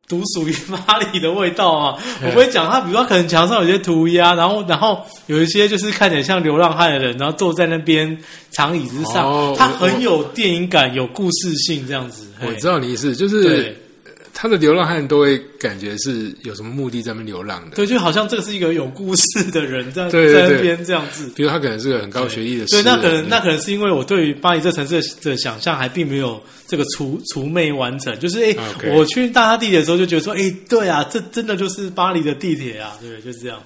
S2: 独属于巴黎的味道啊！我不会讲他，比如说可能墙上有些涂鸦，然后然后有一些就是看起来像流浪汉的人，然后坐在那边长椅子上
S1: 哦，
S2: 他
S1: 我
S2: 很有电影感、有故事性这样子。
S1: 我
S2: 嘿
S1: 知道你意思，就是
S2: 哎对
S1: 他的流浪汉都会感觉是有什么目的在那边流浪的。
S2: 对，就好像这个是一个有故事的人在
S1: 对对
S2: 在
S1: 对
S2: 那边这样子。
S1: 比如他可能是嗯个很高学历的诗
S2: 对，
S1: 人，
S2: 那可能那可能是因为我对于巴黎这城市的的想象还并没有这个除除魅完成，就是哎、
S1: 啊 OK
S2: 我去搭他地铁的时候就觉得说，哎、对啊，这真的就是巴黎的地铁啊，对，就是这样。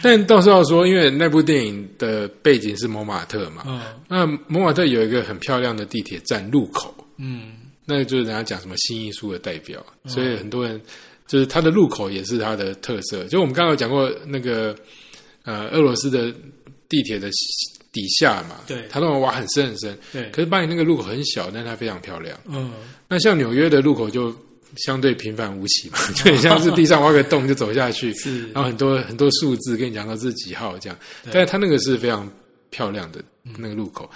S1: 但倒是要说，因为那部电影的背景是蒙马特嘛，
S2: 嗯
S1: 那蒙马特有一个很漂亮的地铁站入口，
S2: 嗯，
S1: 那就是人家讲什么新艺术的代表，所以很多人就是它的入口也是它的特色。就我们刚刚有讲过那个呃俄罗斯的地铁的底下嘛，
S2: 对
S1: 它都往挖很深很深，
S2: 对，
S1: 可是巴黎那个入口很小，但它非常漂亮。
S2: 嗯，
S1: 那像纽约的入口就相对平凡无 奇嘛，就很像是地上挖个洞就走下去，
S2: 是
S1: 然后很多很多数字跟你讲到这是几号这样，
S2: 对嗯
S1: 但是它那个是非常漂亮的那个路口。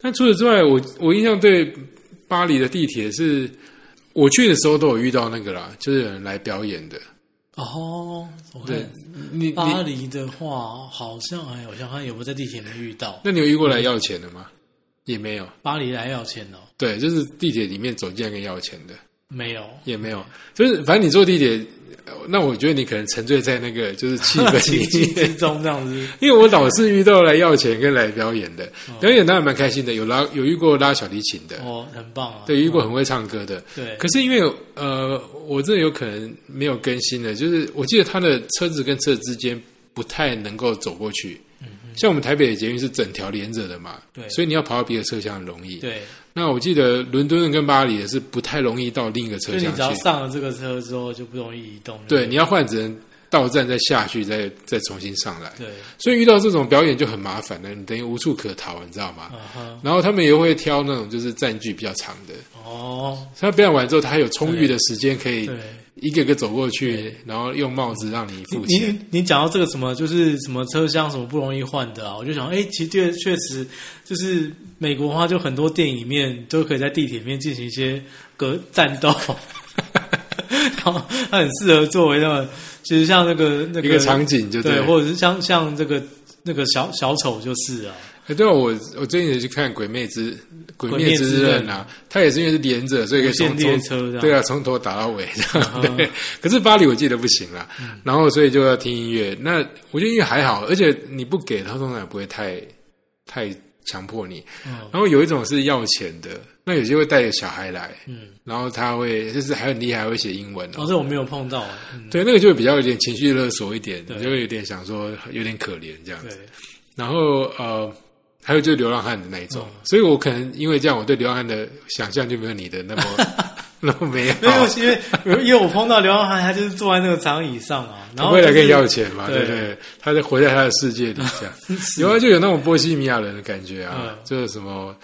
S1: 那除此之外，我我印象对巴黎的地铁是，我去的时候都有遇到那个啦，就是有人来表演的。
S2: 哦，我
S1: 对
S2: 看，
S1: 你
S2: 巴
S1: 你
S2: 黎的话，好像还有，我想看有没有在地铁里面遇到
S1: 那你有遇过来要钱的吗？也没有，
S2: 巴黎来要钱哦，
S1: 对，就是地铁里面走进来跟要钱的
S2: 没有。
S1: 也没有，就是反正你坐地铁，呃那我觉得你可能沉醉在那个就是气氛
S2: 情
S1: 里
S2: 境
S1: 面
S2: 之，中这样子，
S1: 因为我老是遇到来要钱跟来表演的，表演当然蛮开心的，有拉有遇过拉小提琴的，
S2: 哦，很棒啊！
S1: 对，遇过很会唱歌的。
S2: 对，
S1: 可是因为呃，我这有可能没有更新的，就是我记得他的车子跟车之间不太能够走过去。像我们台北的捷运是整条连着的嘛，
S2: 嗯对
S1: 所以你要跑到别的车厢很容易。
S2: 对，
S1: 那我记得伦敦跟巴黎也是不太容易到另一个
S2: 就
S1: 车
S2: 你
S1: 厢
S2: 只要
S1: 去，
S2: 上了这个车之后，就不容易移动。
S1: 对，你要换只能到站再下去，再再重新上来。
S2: 对，
S1: 所以遇到这种表演就很麻烦了，你等于无处可逃，你知道吗？
S2: 嗯哼，
S1: 然后他们也会挑那种就是占据比较长的，
S2: 哦，
S1: 所以他表演完之后，他还有充裕的时间可以
S2: 对。
S1: 一个个走过去，然后用帽子让你付
S2: 你
S1: 钱。
S2: 你你讲到这个什么，就是什么车厢什么不容易换的啊，我就想，哎、其实确确实就是美国的话，就很多电影里面都可以在地铁里面进行一些格战斗， 然后它很适合作为那个，其实像那个那
S1: 一个场景就
S2: 对，
S1: 了
S2: 或者是像像这个那个小小丑就是啊，
S1: 哎对啊，我我最近也去看《鬼灭之鬼
S2: 鬼灭
S1: 灭之
S2: 之
S1: 刃
S2: 刃》
S1: 啊，他也是因为是连着，所以可以
S2: 无限
S1: 从
S2: 列
S1: 从
S2: 车这样嗯
S1: 对啊，从头打到尾这样。对，可是巴黎我记得不行啦，然后所以就要听音乐。那我觉得音乐还好，而且你不给他通常也不会太太强迫你。
S2: 嗯
S1: 然后有一种是要钱的，那有些会带着小孩来，
S2: 嗯，
S1: 然后他会就是还很厉害，还会写英文
S2: 哦，
S1: 哦。
S2: 这我没有碰到，嗯，
S1: 对，那个就比较有点情绪勒索一点，
S2: 对
S1: 你就会有点想说有点可怜这样
S2: 对
S1: 子。，然后呃，还有就是流浪汉的那一种，
S2: 嗯
S1: 所以我可能因为这样，我对流浪汉的想象就没有你的那 么那么美
S2: 没有
S1: 好，。
S2: 因为因为我碰到流浪汉，他就是坐在那个长椅上嘛，然
S1: 他
S2: 后
S1: 会来
S2: 就是
S1: 跟你要钱嘛，对
S2: 对
S1: 不对？他在活在他的世界 里，这样有啊，就有那种波西米亚人的感觉啊
S2: 嗯，
S1: 就是什么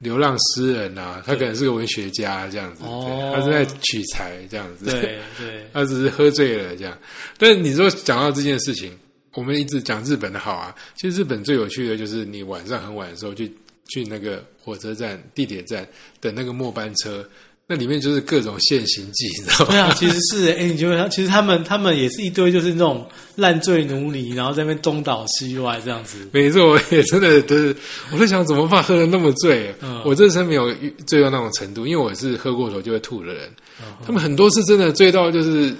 S1: 流浪诗人啊，他可能是个文学家这样子，
S2: 哦
S1: 对他是在取材这样 子，
S2: 对对，
S1: 他只是喝醉了这样。但你说讲到这件事情，我们一直讲日本的好啊，其实日本最有趣的就是你晚上很晚的时候去去那个火车站、地铁站等那个末班车，那里面就是各种现行记，你知道吗？
S2: 对啊，其实是哎、你就会，其实他们他们也是一堆就是那种烂醉奴隶，然后在那边东倒西歪这样子。
S1: 每次我也真的都是，我在想怎么办喝的那么醉。
S2: 嗯
S1: 我这身没有遇醉到那种程度，因为我是喝过头就会吐的人。
S2: 嗯
S1: 他们很多次真的醉到就是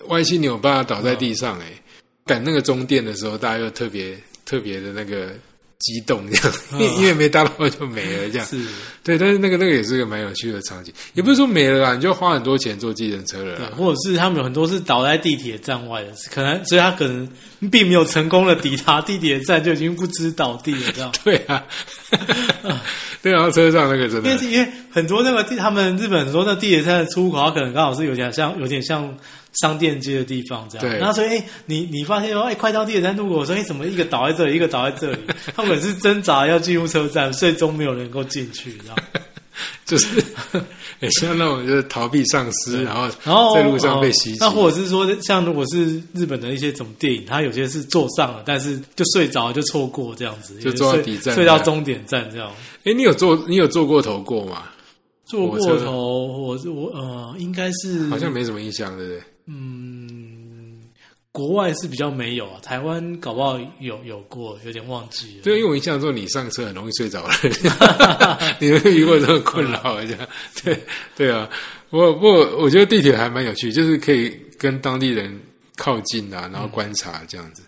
S1: 呃歪七扭八倒在地上、欸，哎、
S2: 嗯
S1: 赶那个终点的时候，大家又特别特别的那个激动，这样，因 为因为没搭到就没了，这样。
S2: 嗯是，
S1: 对，但是那个那个也是个蛮有趣的场景，也不是说没了啦，你就花很多钱坐计程车了
S2: 对，
S1: 啦。
S2: 或者是他们有很多是倒在地铁站外的，可能所以他可能并没有成功的抵达地铁站，就已经不知倒地了这样。
S1: 对 啊，对，然后车上那个真
S2: 因
S1: 的
S2: 为因为很多那个地，他们日本很多那地铁站的出口，它可能刚好是有点像有点像商店街的地方这样。
S1: 对
S2: 然后所以哎、你你发现说哎、快到地铁站路口，我说哎、怎么一个倒在这里，一个倒在这里？他们是挣扎要进入车站，最终没有人能够进去，这样。
S1: 就是 很像那种就是逃避丧尸，然后
S2: 然后
S1: 在路上被袭击。
S2: 哦那或者是说，像如果是日本的一些什么电影，它有些是坐上了，但是就睡着了就错过这样子，
S1: 就坐到
S2: 睡
S1: 底站
S2: 睡到
S1: 这样
S2: 终点站这样。
S1: 哎，你有坐你有坐过头过吗？
S2: 坐
S1: 火
S2: 过
S1: 车
S2: 头，我我呃，应该是
S1: 好像没什么印象，对不对？
S2: 嗯，国外是比较没有啊，台湾搞不好有有过，有点忘记了。
S1: 对，因为我印象中你上车很容易睡 着了， 你们遇过这种困扰这样？对对啊，不过不过我觉得地铁还蛮有趣，就是可以跟当地人靠近啊，然后观察这样子。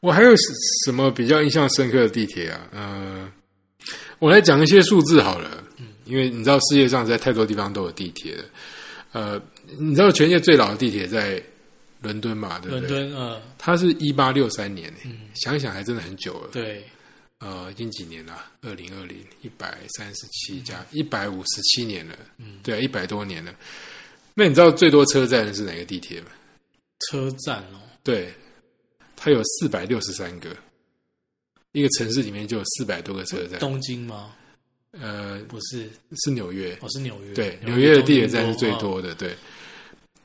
S1: 我还有什什么比较印象深刻的地铁啊？呃，我来讲一些数字好了，因为你知道世界上实在太多地方都有地铁了。呃，你知道全世界最老的地铁在伦敦嘛？对不对？
S2: 伦敦，嗯，
S1: 它是一八六三年、欸，想一想还真的很久了。
S2: 对，
S1: 呃，已经几年了？二零二零一百三十七加一百五十七年了，嗯，对、啊，一百多年了。那你知道最多车站的是哪个地铁吗？
S2: 车站哦，
S1: 对，它有四百六十三个，一个城市里面就有四百多个车站。
S2: 东京吗？
S1: 呃，
S2: 不是，
S1: 是纽约，
S2: 我、哦、是纽约。哦
S1: 对，纽约的地铁站是最多的，对。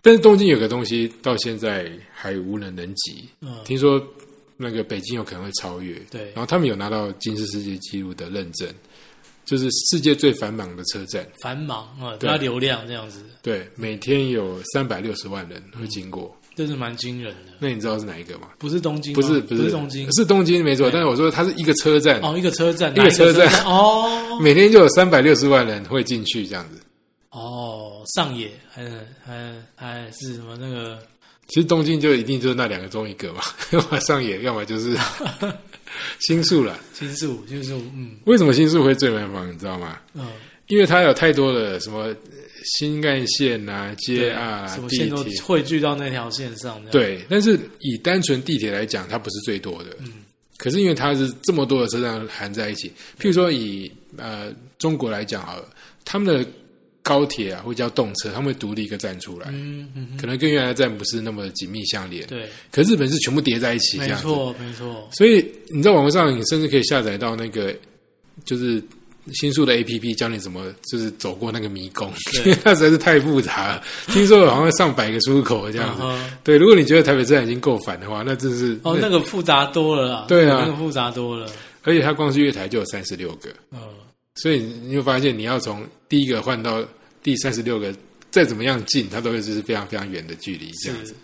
S1: 但是东京有个东西到现在还无人能及，
S2: 东京哦。嗯，
S1: 听说那个北京有可能会超越，
S2: 对
S1: 然，后他们有拿到吉尼斯世界纪录的认证，就是世界最繁忙的车站。
S2: 繁忙啊，
S1: 对
S2: 对它流量这样子，
S1: 对，每天有三百六十万人会经过。
S2: 真是蛮惊人的。
S1: 那你知道是哪一个吗？
S2: 不是东嗯京
S1: 不
S2: 吗，
S1: 是，
S2: 不
S1: 是
S2: 东京，
S1: 是东京没错。但是我说它是一个车站，
S2: 哦，一个车站，
S1: 一个车站
S2: 哪哦
S1: 每天就有三百六十万人会进去这样子。
S2: 哦，上野还是还还是什么那个
S1: 其实东京就一定就是那两个中一个嘛， 要么上野，要么就是 新宿了。
S2: 新宿，新宿，嗯
S1: 为什么新宿会最繁忙？你知道吗？
S2: 嗯，
S1: 因为它有太多的什么新干线啊、街啊
S2: 什、么
S1: 地
S2: 线都
S1: 铁，
S2: 汇聚到那条线上，这样，
S1: 对。但是以单纯地铁来讲，它不是最多的。嗯。可是因为它是这么多的车站含在一起，譬如说以呃中国来讲好了，他们的高铁啊，或叫动车，他们会独立一个站出来，
S2: 嗯嗯，
S1: 可能跟原来的站不是那么紧密相连。
S2: 对，
S1: 可日本是全部叠在一起，这
S2: 没
S1: 样子。
S2: 错没错，
S1: 所以你在网络上，你甚至可以下载到那个就是新宿的 A P P，教你怎么就是走过那个迷宫，因 为它实在是太复杂了。听说好像上百个出口这样子。
S2: 嗯哼
S1: 对，如果你觉得台北车站已经够烦的话，那真是
S2: 哦，那个复杂多了啦，
S1: 对啊
S2: 那个复杂多了，
S1: 而且它光是月台就有三十六个，
S2: 嗯，
S1: 所以你会发现你要从第一个换到第三十六个，再怎么样近，它都会就是非常非常远的距离这样子。
S2: 是，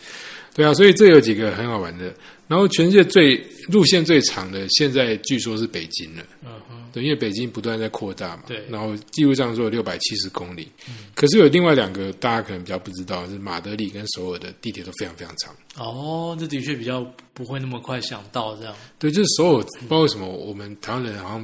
S1: 对啊，所以这有几个很好玩的。然后全世界最路线最长的，现在据说是北京了。
S2: 嗯哼，
S1: 对，因为北京不断在扩大嘛，
S2: 对嗯
S1: 然后记录上说有六百七十公里，可是有另外两个大家可能比较不知道，是马德里跟首尔的地铁都非常非常长。
S2: 哦，这的确比较不会那么快想到这样，
S1: 对，就是首尔，不知道为什么我们台湾人好像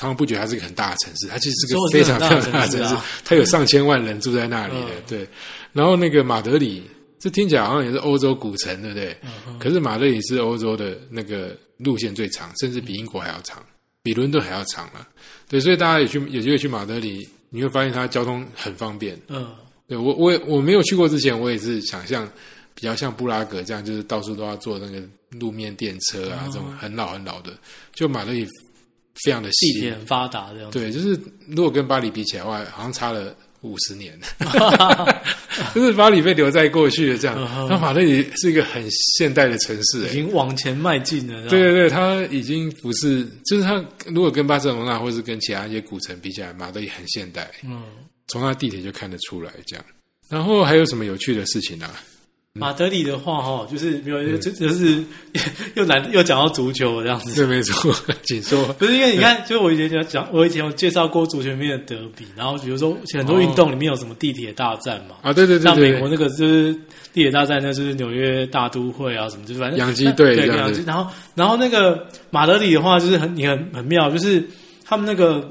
S1: 常常不觉得它是一个很大的城市，它其实是
S2: 首
S1: 个
S2: 尔
S1: 非
S2: 是
S1: 常
S2: 很
S1: 非
S2: 大
S1: 常
S2: 的
S1: 大的
S2: 城市
S1: 城市
S2: 啊，
S1: 它有上千万人住在那里的。
S2: 嗯
S1: 对，然后那个马德里，这听起来好像也是欧洲古城，对不对？
S2: 嗯哼，
S1: 可是马德里是欧洲的那个路线最长，甚至比英国还要长，比伦敦还要长了。对，所以大家有去有机会去马德里，你会发现它交通很方便。
S2: 嗯，
S1: 对我我也我没有去过之前，我也是想象比较像布拉格这样，就是到处都要坐那个路面电车
S2: 哦
S1: 啊，这种很老很老的。就马德里非常的
S2: 地
S1: 细
S2: 铁，很发达这样，
S1: 对，就是如果跟巴黎比起来的话，好像差了。五十 年，就是巴黎被留在过去的这样
S2: 嗯哼，
S1: 那马德里是一个很现代的城市、欸
S2: 已，经往前迈进了，
S1: 对，对对，它已经不是，就是它如果跟巴塞罗那或是跟其他一些古城比起来，马德里很现代，
S2: 嗯，
S1: 从它地铁就看得出来这样。然后还有什么有趣的事情啊？
S2: 马德里的话哈，就是没有，就就是 又难又讲到足球这样子。
S1: 对，没 错，请说。
S2: 不是因为你看，就是我以前有讲，我以前有介绍过足球里面的德比，然后比如说很
S1: 哦
S2: 多运动里面有什么地铁大战嘛，
S1: 啊，对对对
S2: 像美国
S1: 对，
S2: 那个就是地铁大战，那就是纽约大都会啊什么，就是反正
S1: 洋基队这
S2: 对跟
S1: 样
S2: 洋
S1: 子
S2: 基，然后然后那个马德里的话，就是很你很很妙，就是他们那个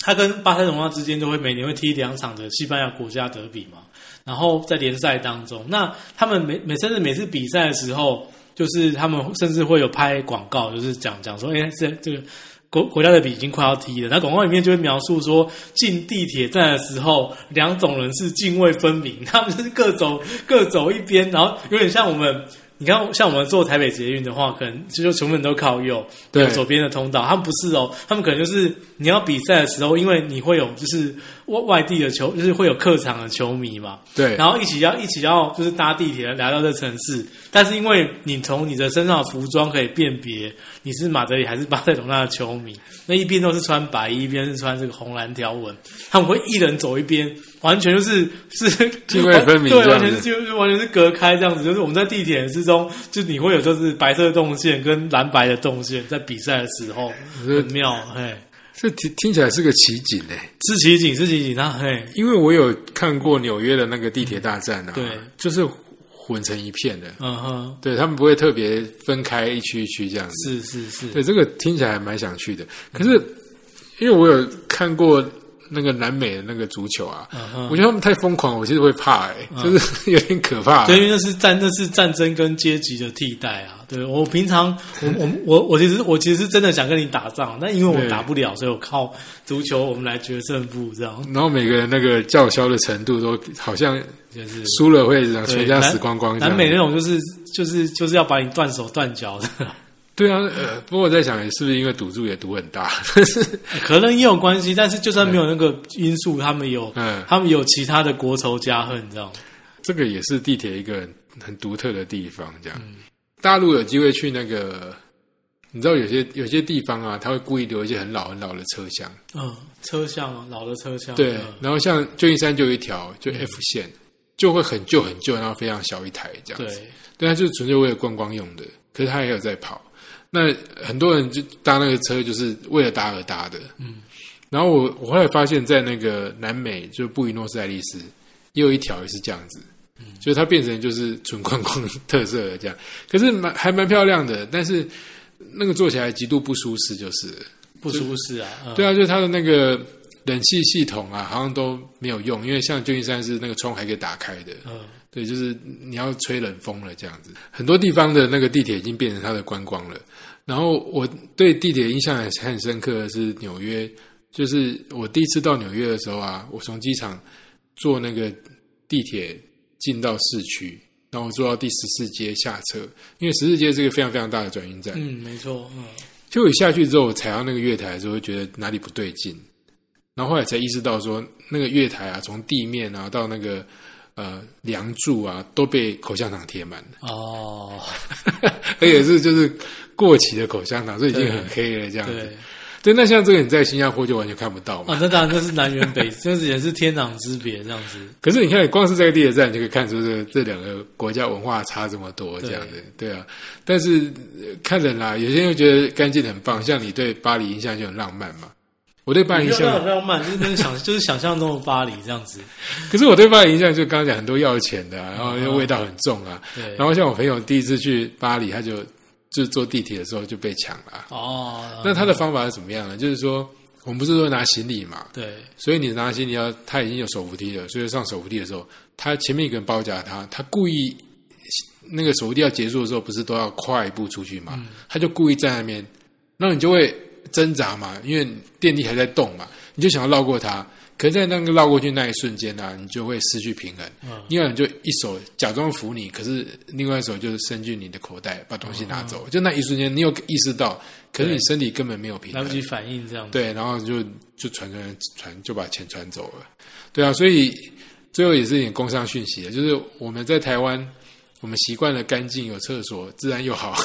S2: 他跟巴塞罗那之间都会每年会踢两场的西班牙国家德比嘛，然后在联赛当中，那他们每每甚至每次比赛的时候，就是他们甚至会有拍广告，就是讲讲说，哎、这这个。国国家德比已经快要踢了，那广告里面就会描述说，进地铁站的时候，两种人是泾渭分明， 他们就是各走各走一边，然后有点像我们，你看，像我们坐台北捷运的话，可能就就全部人都靠右，
S1: 对
S2: 有左边的通道，他们不是哦，他们可能就是你要比赛的时候，因为你会有就是外外地的球，就是会有客场的球迷嘛，
S1: 对
S2: 然后一起要一起要就是搭地铁来到这城市，但是因为你从你的身上的服装可以辨别你是马德里还是巴塞罗那的球 迷，那一边都是穿白衣，一边是穿这个红蓝条纹，他们会一人走一边，完全就是 是
S1: 泾渭分明
S2: 对，
S1: 这样
S2: 完
S1: 子
S2: 全是就完全是隔开这样子。就是我们在地铁之中，就你会有就是白色的动线跟蓝白的动线，在比赛的时候
S1: 是
S2: 很妙，嘿，
S1: 这听听起来是个奇景哎、
S2: 是奇景是奇景，那嘿，
S1: 因为我有看过纽约的那个地铁大战啊，
S2: 对
S1: 就是混成一片的，
S2: 嗯哼，
S1: 对他们不会特别分开一区一区这样子。
S2: 是是是，
S1: 对，这个听起来还蛮想去的。可是因为我有看过那个南美的那个足球啊，
S2: 嗯哼
S1: 我。觉得他们太疯狂，我其实会怕哎、就是 有点可怕、啊
S2: 对，因为那是战，那是战争跟阶级的替代啊。对我平常，我我我我其实我其实是真的想跟你打仗，但因为
S1: 对
S2: 我打不了，所以我靠足球我们来决胜负，这样
S1: 然后每个人那个叫嚣的程度都好像
S2: 就是
S1: 输了会让
S2: 对
S1: 啊全家
S2: 南
S1: 死光光这样
S2: 南
S1: 子。
S2: 美那种就是就是就是要把你断手断脚的，
S1: 对啊，呃，不过我在想，是不是因为赌注也赌很大？
S2: 可能也有关系，但是就算没有那个因素，他们有
S1: 嗯
S2: 他们有其他的国仇家恨，你知道吗？
S1: 这个也是地铁一个很很独特的地方。这
S2: 嗯
S1: 样，大陆有机会去那个，你知道有些有些地方啊，他会故意留一些很老很老的车厢。
S2: 嗯，车厢啊，老的车厢，
S1: 对
S2: 嗯，
S1: 然后像旧金山就有一条，就 F 线，就会很旧很旧，然后非常小一台这样子。
S2: 对，
S1: 对，它啊就是纯粹为了观光用的，可是它也有在跑。那很多人就搭那个车，就是为了搭而搭的。嗯。然后我我后来发现，在那个南美，就布宜诺斯艾利斯，也有一条也是这样子，就是它变成就是纯观光特色的这样。可是蛮还蛮漂亮的，但是那个坐起来极度不舒适，就是了
S2: 不舒适啊，嗯
S1: 对啊，就是它的那个冷气系统啊，好像都没有用，因为像旧金山是那个窗还可以打开的，
S2: 嗯，
S1: 对，就是你要吹冷风了这样子。很多地方的那个地铁已经变成它的观光了。然后我对地铁印象很很深刻的是纽约，就是我第一次到纽约的时候啊，我从机场坐那个地铁进到市区，然后我坐到第十四街下车，因为十四街是一个非常非常大的转运站，
S2: 嗯，没错，嗯，
S1: 就我下去之后，我踩到那个月台的时候，会觉得哪里不对劲，然后后来才意识到说，那个月台啊，从地面啊到那个呃梁柱啊，都被口香糖贴满了，
S2: 哦，
S1: 而且是就是过期的口香糖，所以已经很黑了这样子。
S2: 对。
S1: 对，那像这个你在新加坡就完全看不到嘛。
S2: 啊，那当然，这是南辕北， 这是也是天壤之别这样子。
S1: 可是你看，光是这个地铁站，你就可以看出这这两个国家文化差这么多，这样子，对啊。但是呃看人啦，有些人会觉得干净很棒，像你对巴黎印象就很浪漫嘛。我对巴黎
S2: 你
S1: 印
S2: 没有
S1: 象
S2: 那种浪漫，就是那个想，就是想象中的巴黎这样子。
S1: 可是我对巴黎印象就刚刚讲很多要钱的啊、然后又味道很重啊。
S2: 对，
S1: 然后像我朋友第一次去巴黎，他就就坐地铁的时候就被抢了啊、
S2: 哦，
S1: 那他的方法是怎么样呢？就是说，我们不是说拿行李嘛，
S2: 对
S1: 所以你拿行李要他已经有手扶梯了，所以上手扶梯的时候，他前面一个人包夹他，他故意那个手扶梯要结束的时候，不是都要跨一步出去嘛？他就故意站在那边，然后你就会挣扎嘛，因为电力还在动嘛，你就想要绕过他。可是，在那个绕过去那一瞬间啊，你就会失去平衡，
S2: 嗯
S1: 另外你就一手假装扶你，可是另外一手就是伸进你的口袋把东西拿走。就那一瞬间，你有意识到，可是你身体根本没有平
S2: 来
S1: 衡
S2: 不，及反应这样子。
S1: 对，然后就就传传传就把钱传走了，对啊，所以最后也是一点工商讯息的，就是我们在台湾，我们习惯了干净有厕所，治安又好，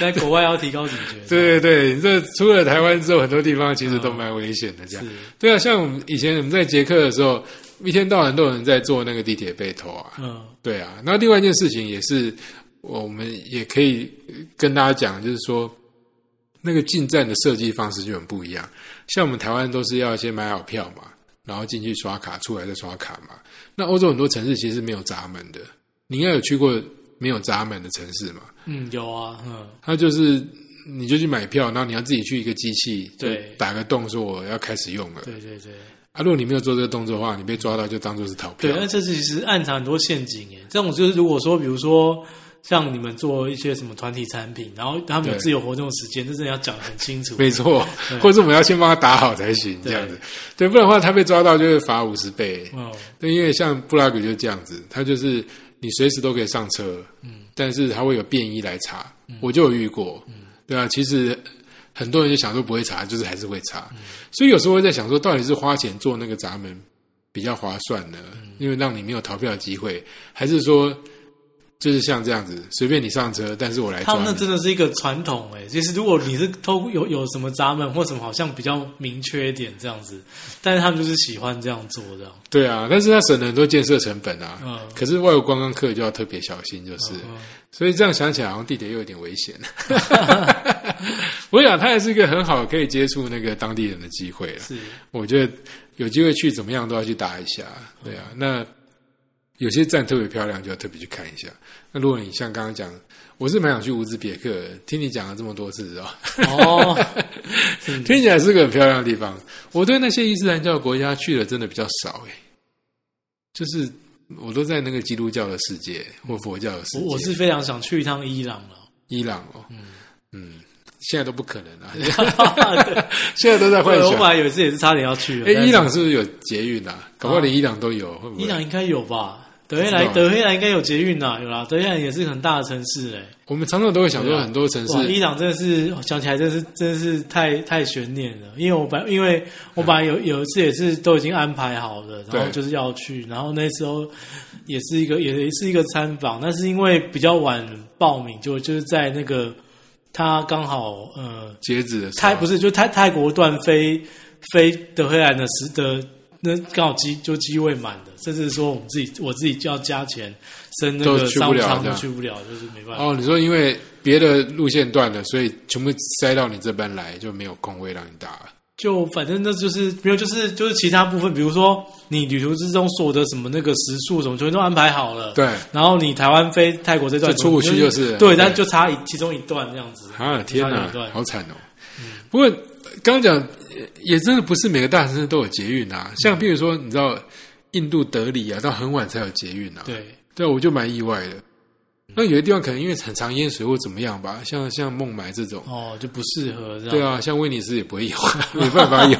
S2: 在国外要提高警觉。
S1: 对对对，这除了台湾之后，很多地方其实都蛮危险的，这样
S2: 是，
S1: 对啊，像我们以前我们在捷克的时候，一天到晚都有人在坐那个地铁被偷啊，
S2: 嗯，
S1: 对啊，那另外一件事情也是，我们也可以呃跟大家讲，就是说，那个进站的设计方式就很不一样。像我们台湾都是要先买好票嘛，然后进去刷卡，出来再刷卡嘛。那欧洲很多城市其实没有闸门的，你应该有去过没有闸门的城市嘛？
S2: 嗯，有啊，嗯，
S1: 它就是你就去买票，然后你要自己去一个机器，
S2: 对
S1: 打个洞说我要开始用了。
S2: 对对对
S1: 啊，如果你没有做这个动作的话，你被抓到就当做是逃票
S2: 对，。那这其实暗藏很多陷阱耶。这种就是如果说，比如说。像你们做一些什么团体产品，然后他们有
S1: 对
S2: 自由活动的时间，这真的要讲得很清楚。
S1: 没错，或者我们要先帮他打好才行，这
S2: 对
S1: 样子，对，不然的话他被抓到就会罚五十倍。
S2: 嗯，
S1: 对，因为像布拉格就这样子，他就是你随时都可以上车，嗯，但是他会有便衣来查，我就有遇过，对啊，其实很多人就想说不会查，就是还是会查，所以有时候会在想说，到底是花钱做那个闸门比较划算呢？因为让你没有逃票的机会，还是说就是像这样子，随便你上车，但是我来
S2: 他
S1: 抓
S2: 们那
S1: 你。
S2: 真的是一个传统哎、其实如果你是偷有有什么闸门或什么，好像比较明确一点这样子，但是他们就是喜欢这样做这样。
S1: 对啊，但是他省了很多建设成本啊。
S2: 嗯
S1: 可是外国观光客就要特别小心，就是。所以这样想起来，好像地铁又有点危险。 我想它也是一个很好可以接触那个当地人的机会了。
S2: 是
S1: 我觉得有机会去怎么样都要去打一下，对啊。那有些站特别漂亮，就要特别去看一下。那如果你像刚刚讲，我是蛮想去乌兹别克的，听你讲了这么多次哦，
S2: 哦，
S1: 听起来是个很漂亮的地方。我对那些伊斯兰教国家去的真的比较少诶，就是我都在那个基督教的世界或佛教的世
S2: 我
S1: 界。
S2: 我是非常想去一趟伊朗了。
S1: 伊朗哦，嗯现在都不可能了，
S2: 对
S1: 现在都在幻
S2: 我本
S1: 想。
S2: 来有一次也是差点要去了。
S1: 哎
S2: 但，是
S1: 伊朗是不是有捷运啊？搞不好连伊朗都有，会不会？
S2: 伊朗应该有吧？德黑
S1: 不知
S2: 兰
S1: 道
S2: 德黑兰应该有捷运呐，有啦。德黑兰也是很大的城市哎、
S1: 我们常常都会想说，很多城
S2: 哇，
S1: 市
S2: 伊朗真的是哦想起来真是真是太太悬念了，因为我本因为我本来有有一次也是都已经安排好了，然后
S1: 对
S2: 就是要去，然后那时候也是一个也是一个参访，但是因为比较晚报名，就就是在那个他刚好呃
S1: 截止的时
S2: 泰
S1: 候，
S2: 不是就泰泰国段飞飞德黑兰的时的那刚好机就机位满的，甚至说我们自己我自己就要加钱升那
S1: 都
S2: 个
S1: 去不
S2: 商
S1: 了
S2: 舱
S1: 这
S2: 都
S1: 样
S2: 去不了，就是没办法。
S1: 哦，你说因为别的路线断了，所以全部塞到你这班来，就没有空位让你打了。
S2: 就反正那就是没有，就是就是其他部分，比如说你旅途之中所有的什么那个食宿什么，全部都安排好了。。
S1: 对
S2: 然后你台湾飞泰国这段
S1: 就出不去就
S2: 就
S1: 是对
S2: 对，但就差一其中一段这样子。
S1: 啊，天
S2: 哪
S1: 哪，好惨哦！不过刚刚讲也也真的不是每个大城市都有捷运啊，像比如说你知道印度德里啊，到很晚才有捷运啊。
S2: 对，
S1: 对，我就蛮意外的。那有些地方可能因为很常淹水或怎么样吧，像像孟买这种，
S2: 哦，就不适合这样。
S1: 对啊，像威尼斯也不会 有，没办法有，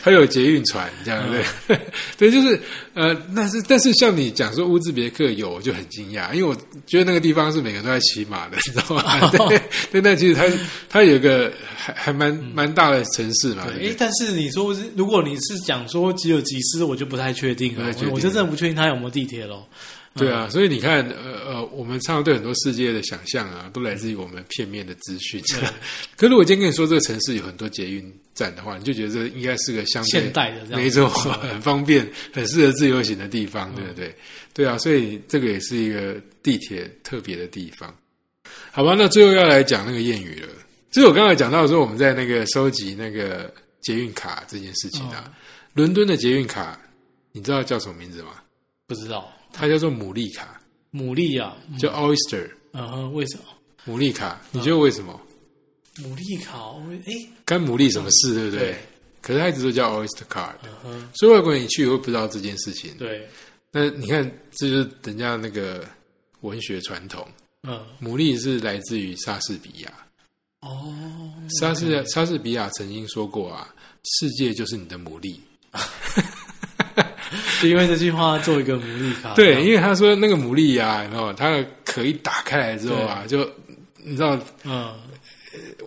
S1: 还有捷运船这样
S2: 嗯
S1: 对， 对，就是呃，但是但是像你讲说乌兹别克有，我就很惊讶，因为我觉得那个地方是每个人都在骑马的， 你知道吗？
S2: 哦
S1: 对，对，但其实它它有一个还还蛮蛮大的城市嘛，
S2: 嗯对，
S1: 对
S2: 哎，但是你说是，如果你是讲说只有集思，我就不太确定
S1: 不
S2: 了
S1: 太。确定
S2: 我我就真的不确定它有没有地铁喽。
S1: 对啊，所以你看，呃呃，我们常常对很多世界的想象啊，都来自于我们片面的资讯。 可如果今天跟你说这个城市有很多捷运站的话，你就觉得这应该是个相对
S2: 现代的这样嗯
S1: 没错，很方便、很适合自由行的地方，对不对？对啊，所以这个也是一个地铁特别的地方。好吧，那最后要来讲那个谚语了。就是我刚才讲到说，我们在那个收集那个捷运卡这件事情
S2: 嗯
S1: 啊，伦敦的捷运卡，你知道叫什么名字吗？
S2: 不知道
S1: 它叫做牡蛎卡。
S2: 牡蛎啊，
S1: 叫 oyster
S2: 嗯哼，为什么
S1: 牡蛎卡，你觉得为什么？
S2: 牡蛎烤？哎，
S1: 干牡蛎什么事，对不对
S2: 对？
S1: 可是它一直都叫 oyster card，
S2: 嗯哼，
S1: 所以外国人一去也会不知道这件事情。
S2: 对，
S1: 那你看，这就是人家那个文学传统，
S2: 嗯，
S1: 牡蛎是来自于莎士比亚。
S2: 哦，
S1: 莎士莎士比亚曾经说过啊，世界就是你的牡蛎。
S2: 就因为这句话做一个牡蛎卡。
S1: 对，因为他说那个牡蛎啊，然后它的壳一打开来之后啊，就你知道
S2: 嗯，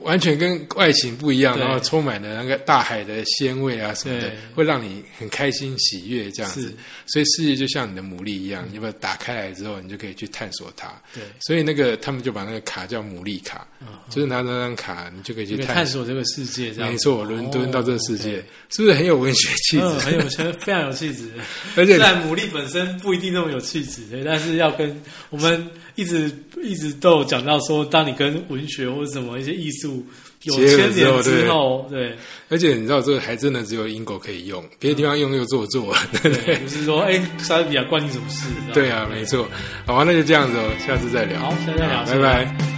S1: 完全跟外形不一样，
S2: 对
S1: 然后充满了那个大海的鲜味啊什么的
S2: 对，
S1: 会让你很开心喜悦这样子
S2: 是。嗯
S1: 所以世界就像你的牡蛎一样，你把它打开来之后，你就可以去探索它。
S2: 对，
S1: 所以那个他们就把那个卡叫牡蛎卡，
S2: 嗯
S1: 就是拿那张卡，你就可以去
S2: 一个
S1: 探
S2: 探
S1: 索。
S2: 索这个世界，这样
S1: 没错，伦敦到这个世界
S2: 哦，
S1: 是不是很有文学气
S2: 嗯，
S1: 质？
S2: 很有气，非常有 气质。
S1: 而
S2: 虽
S1: 且
S2: 然牡蛎本身不一定那么有气质，对但是要跟我们一直一直都有讲到说，当你跟文学或者什么一些艺术有
S1: 结合
S2: 牵
S1: 之后
S2: 连之后，对，
S1: 而且你知道，这还真的只有英国可以
S2: 嗯
S1: 用，别的地方用又做作， 对不对？
S2: 就是说，哎，莎士比亚关你什么事？
S1: 对啊，没错。好啊，那就这样子哦，下次再聊。
S2: 嗯好下次再聊
S1: 好
S2: 谢
S1: 拜
S2: 谢
S1: 拜。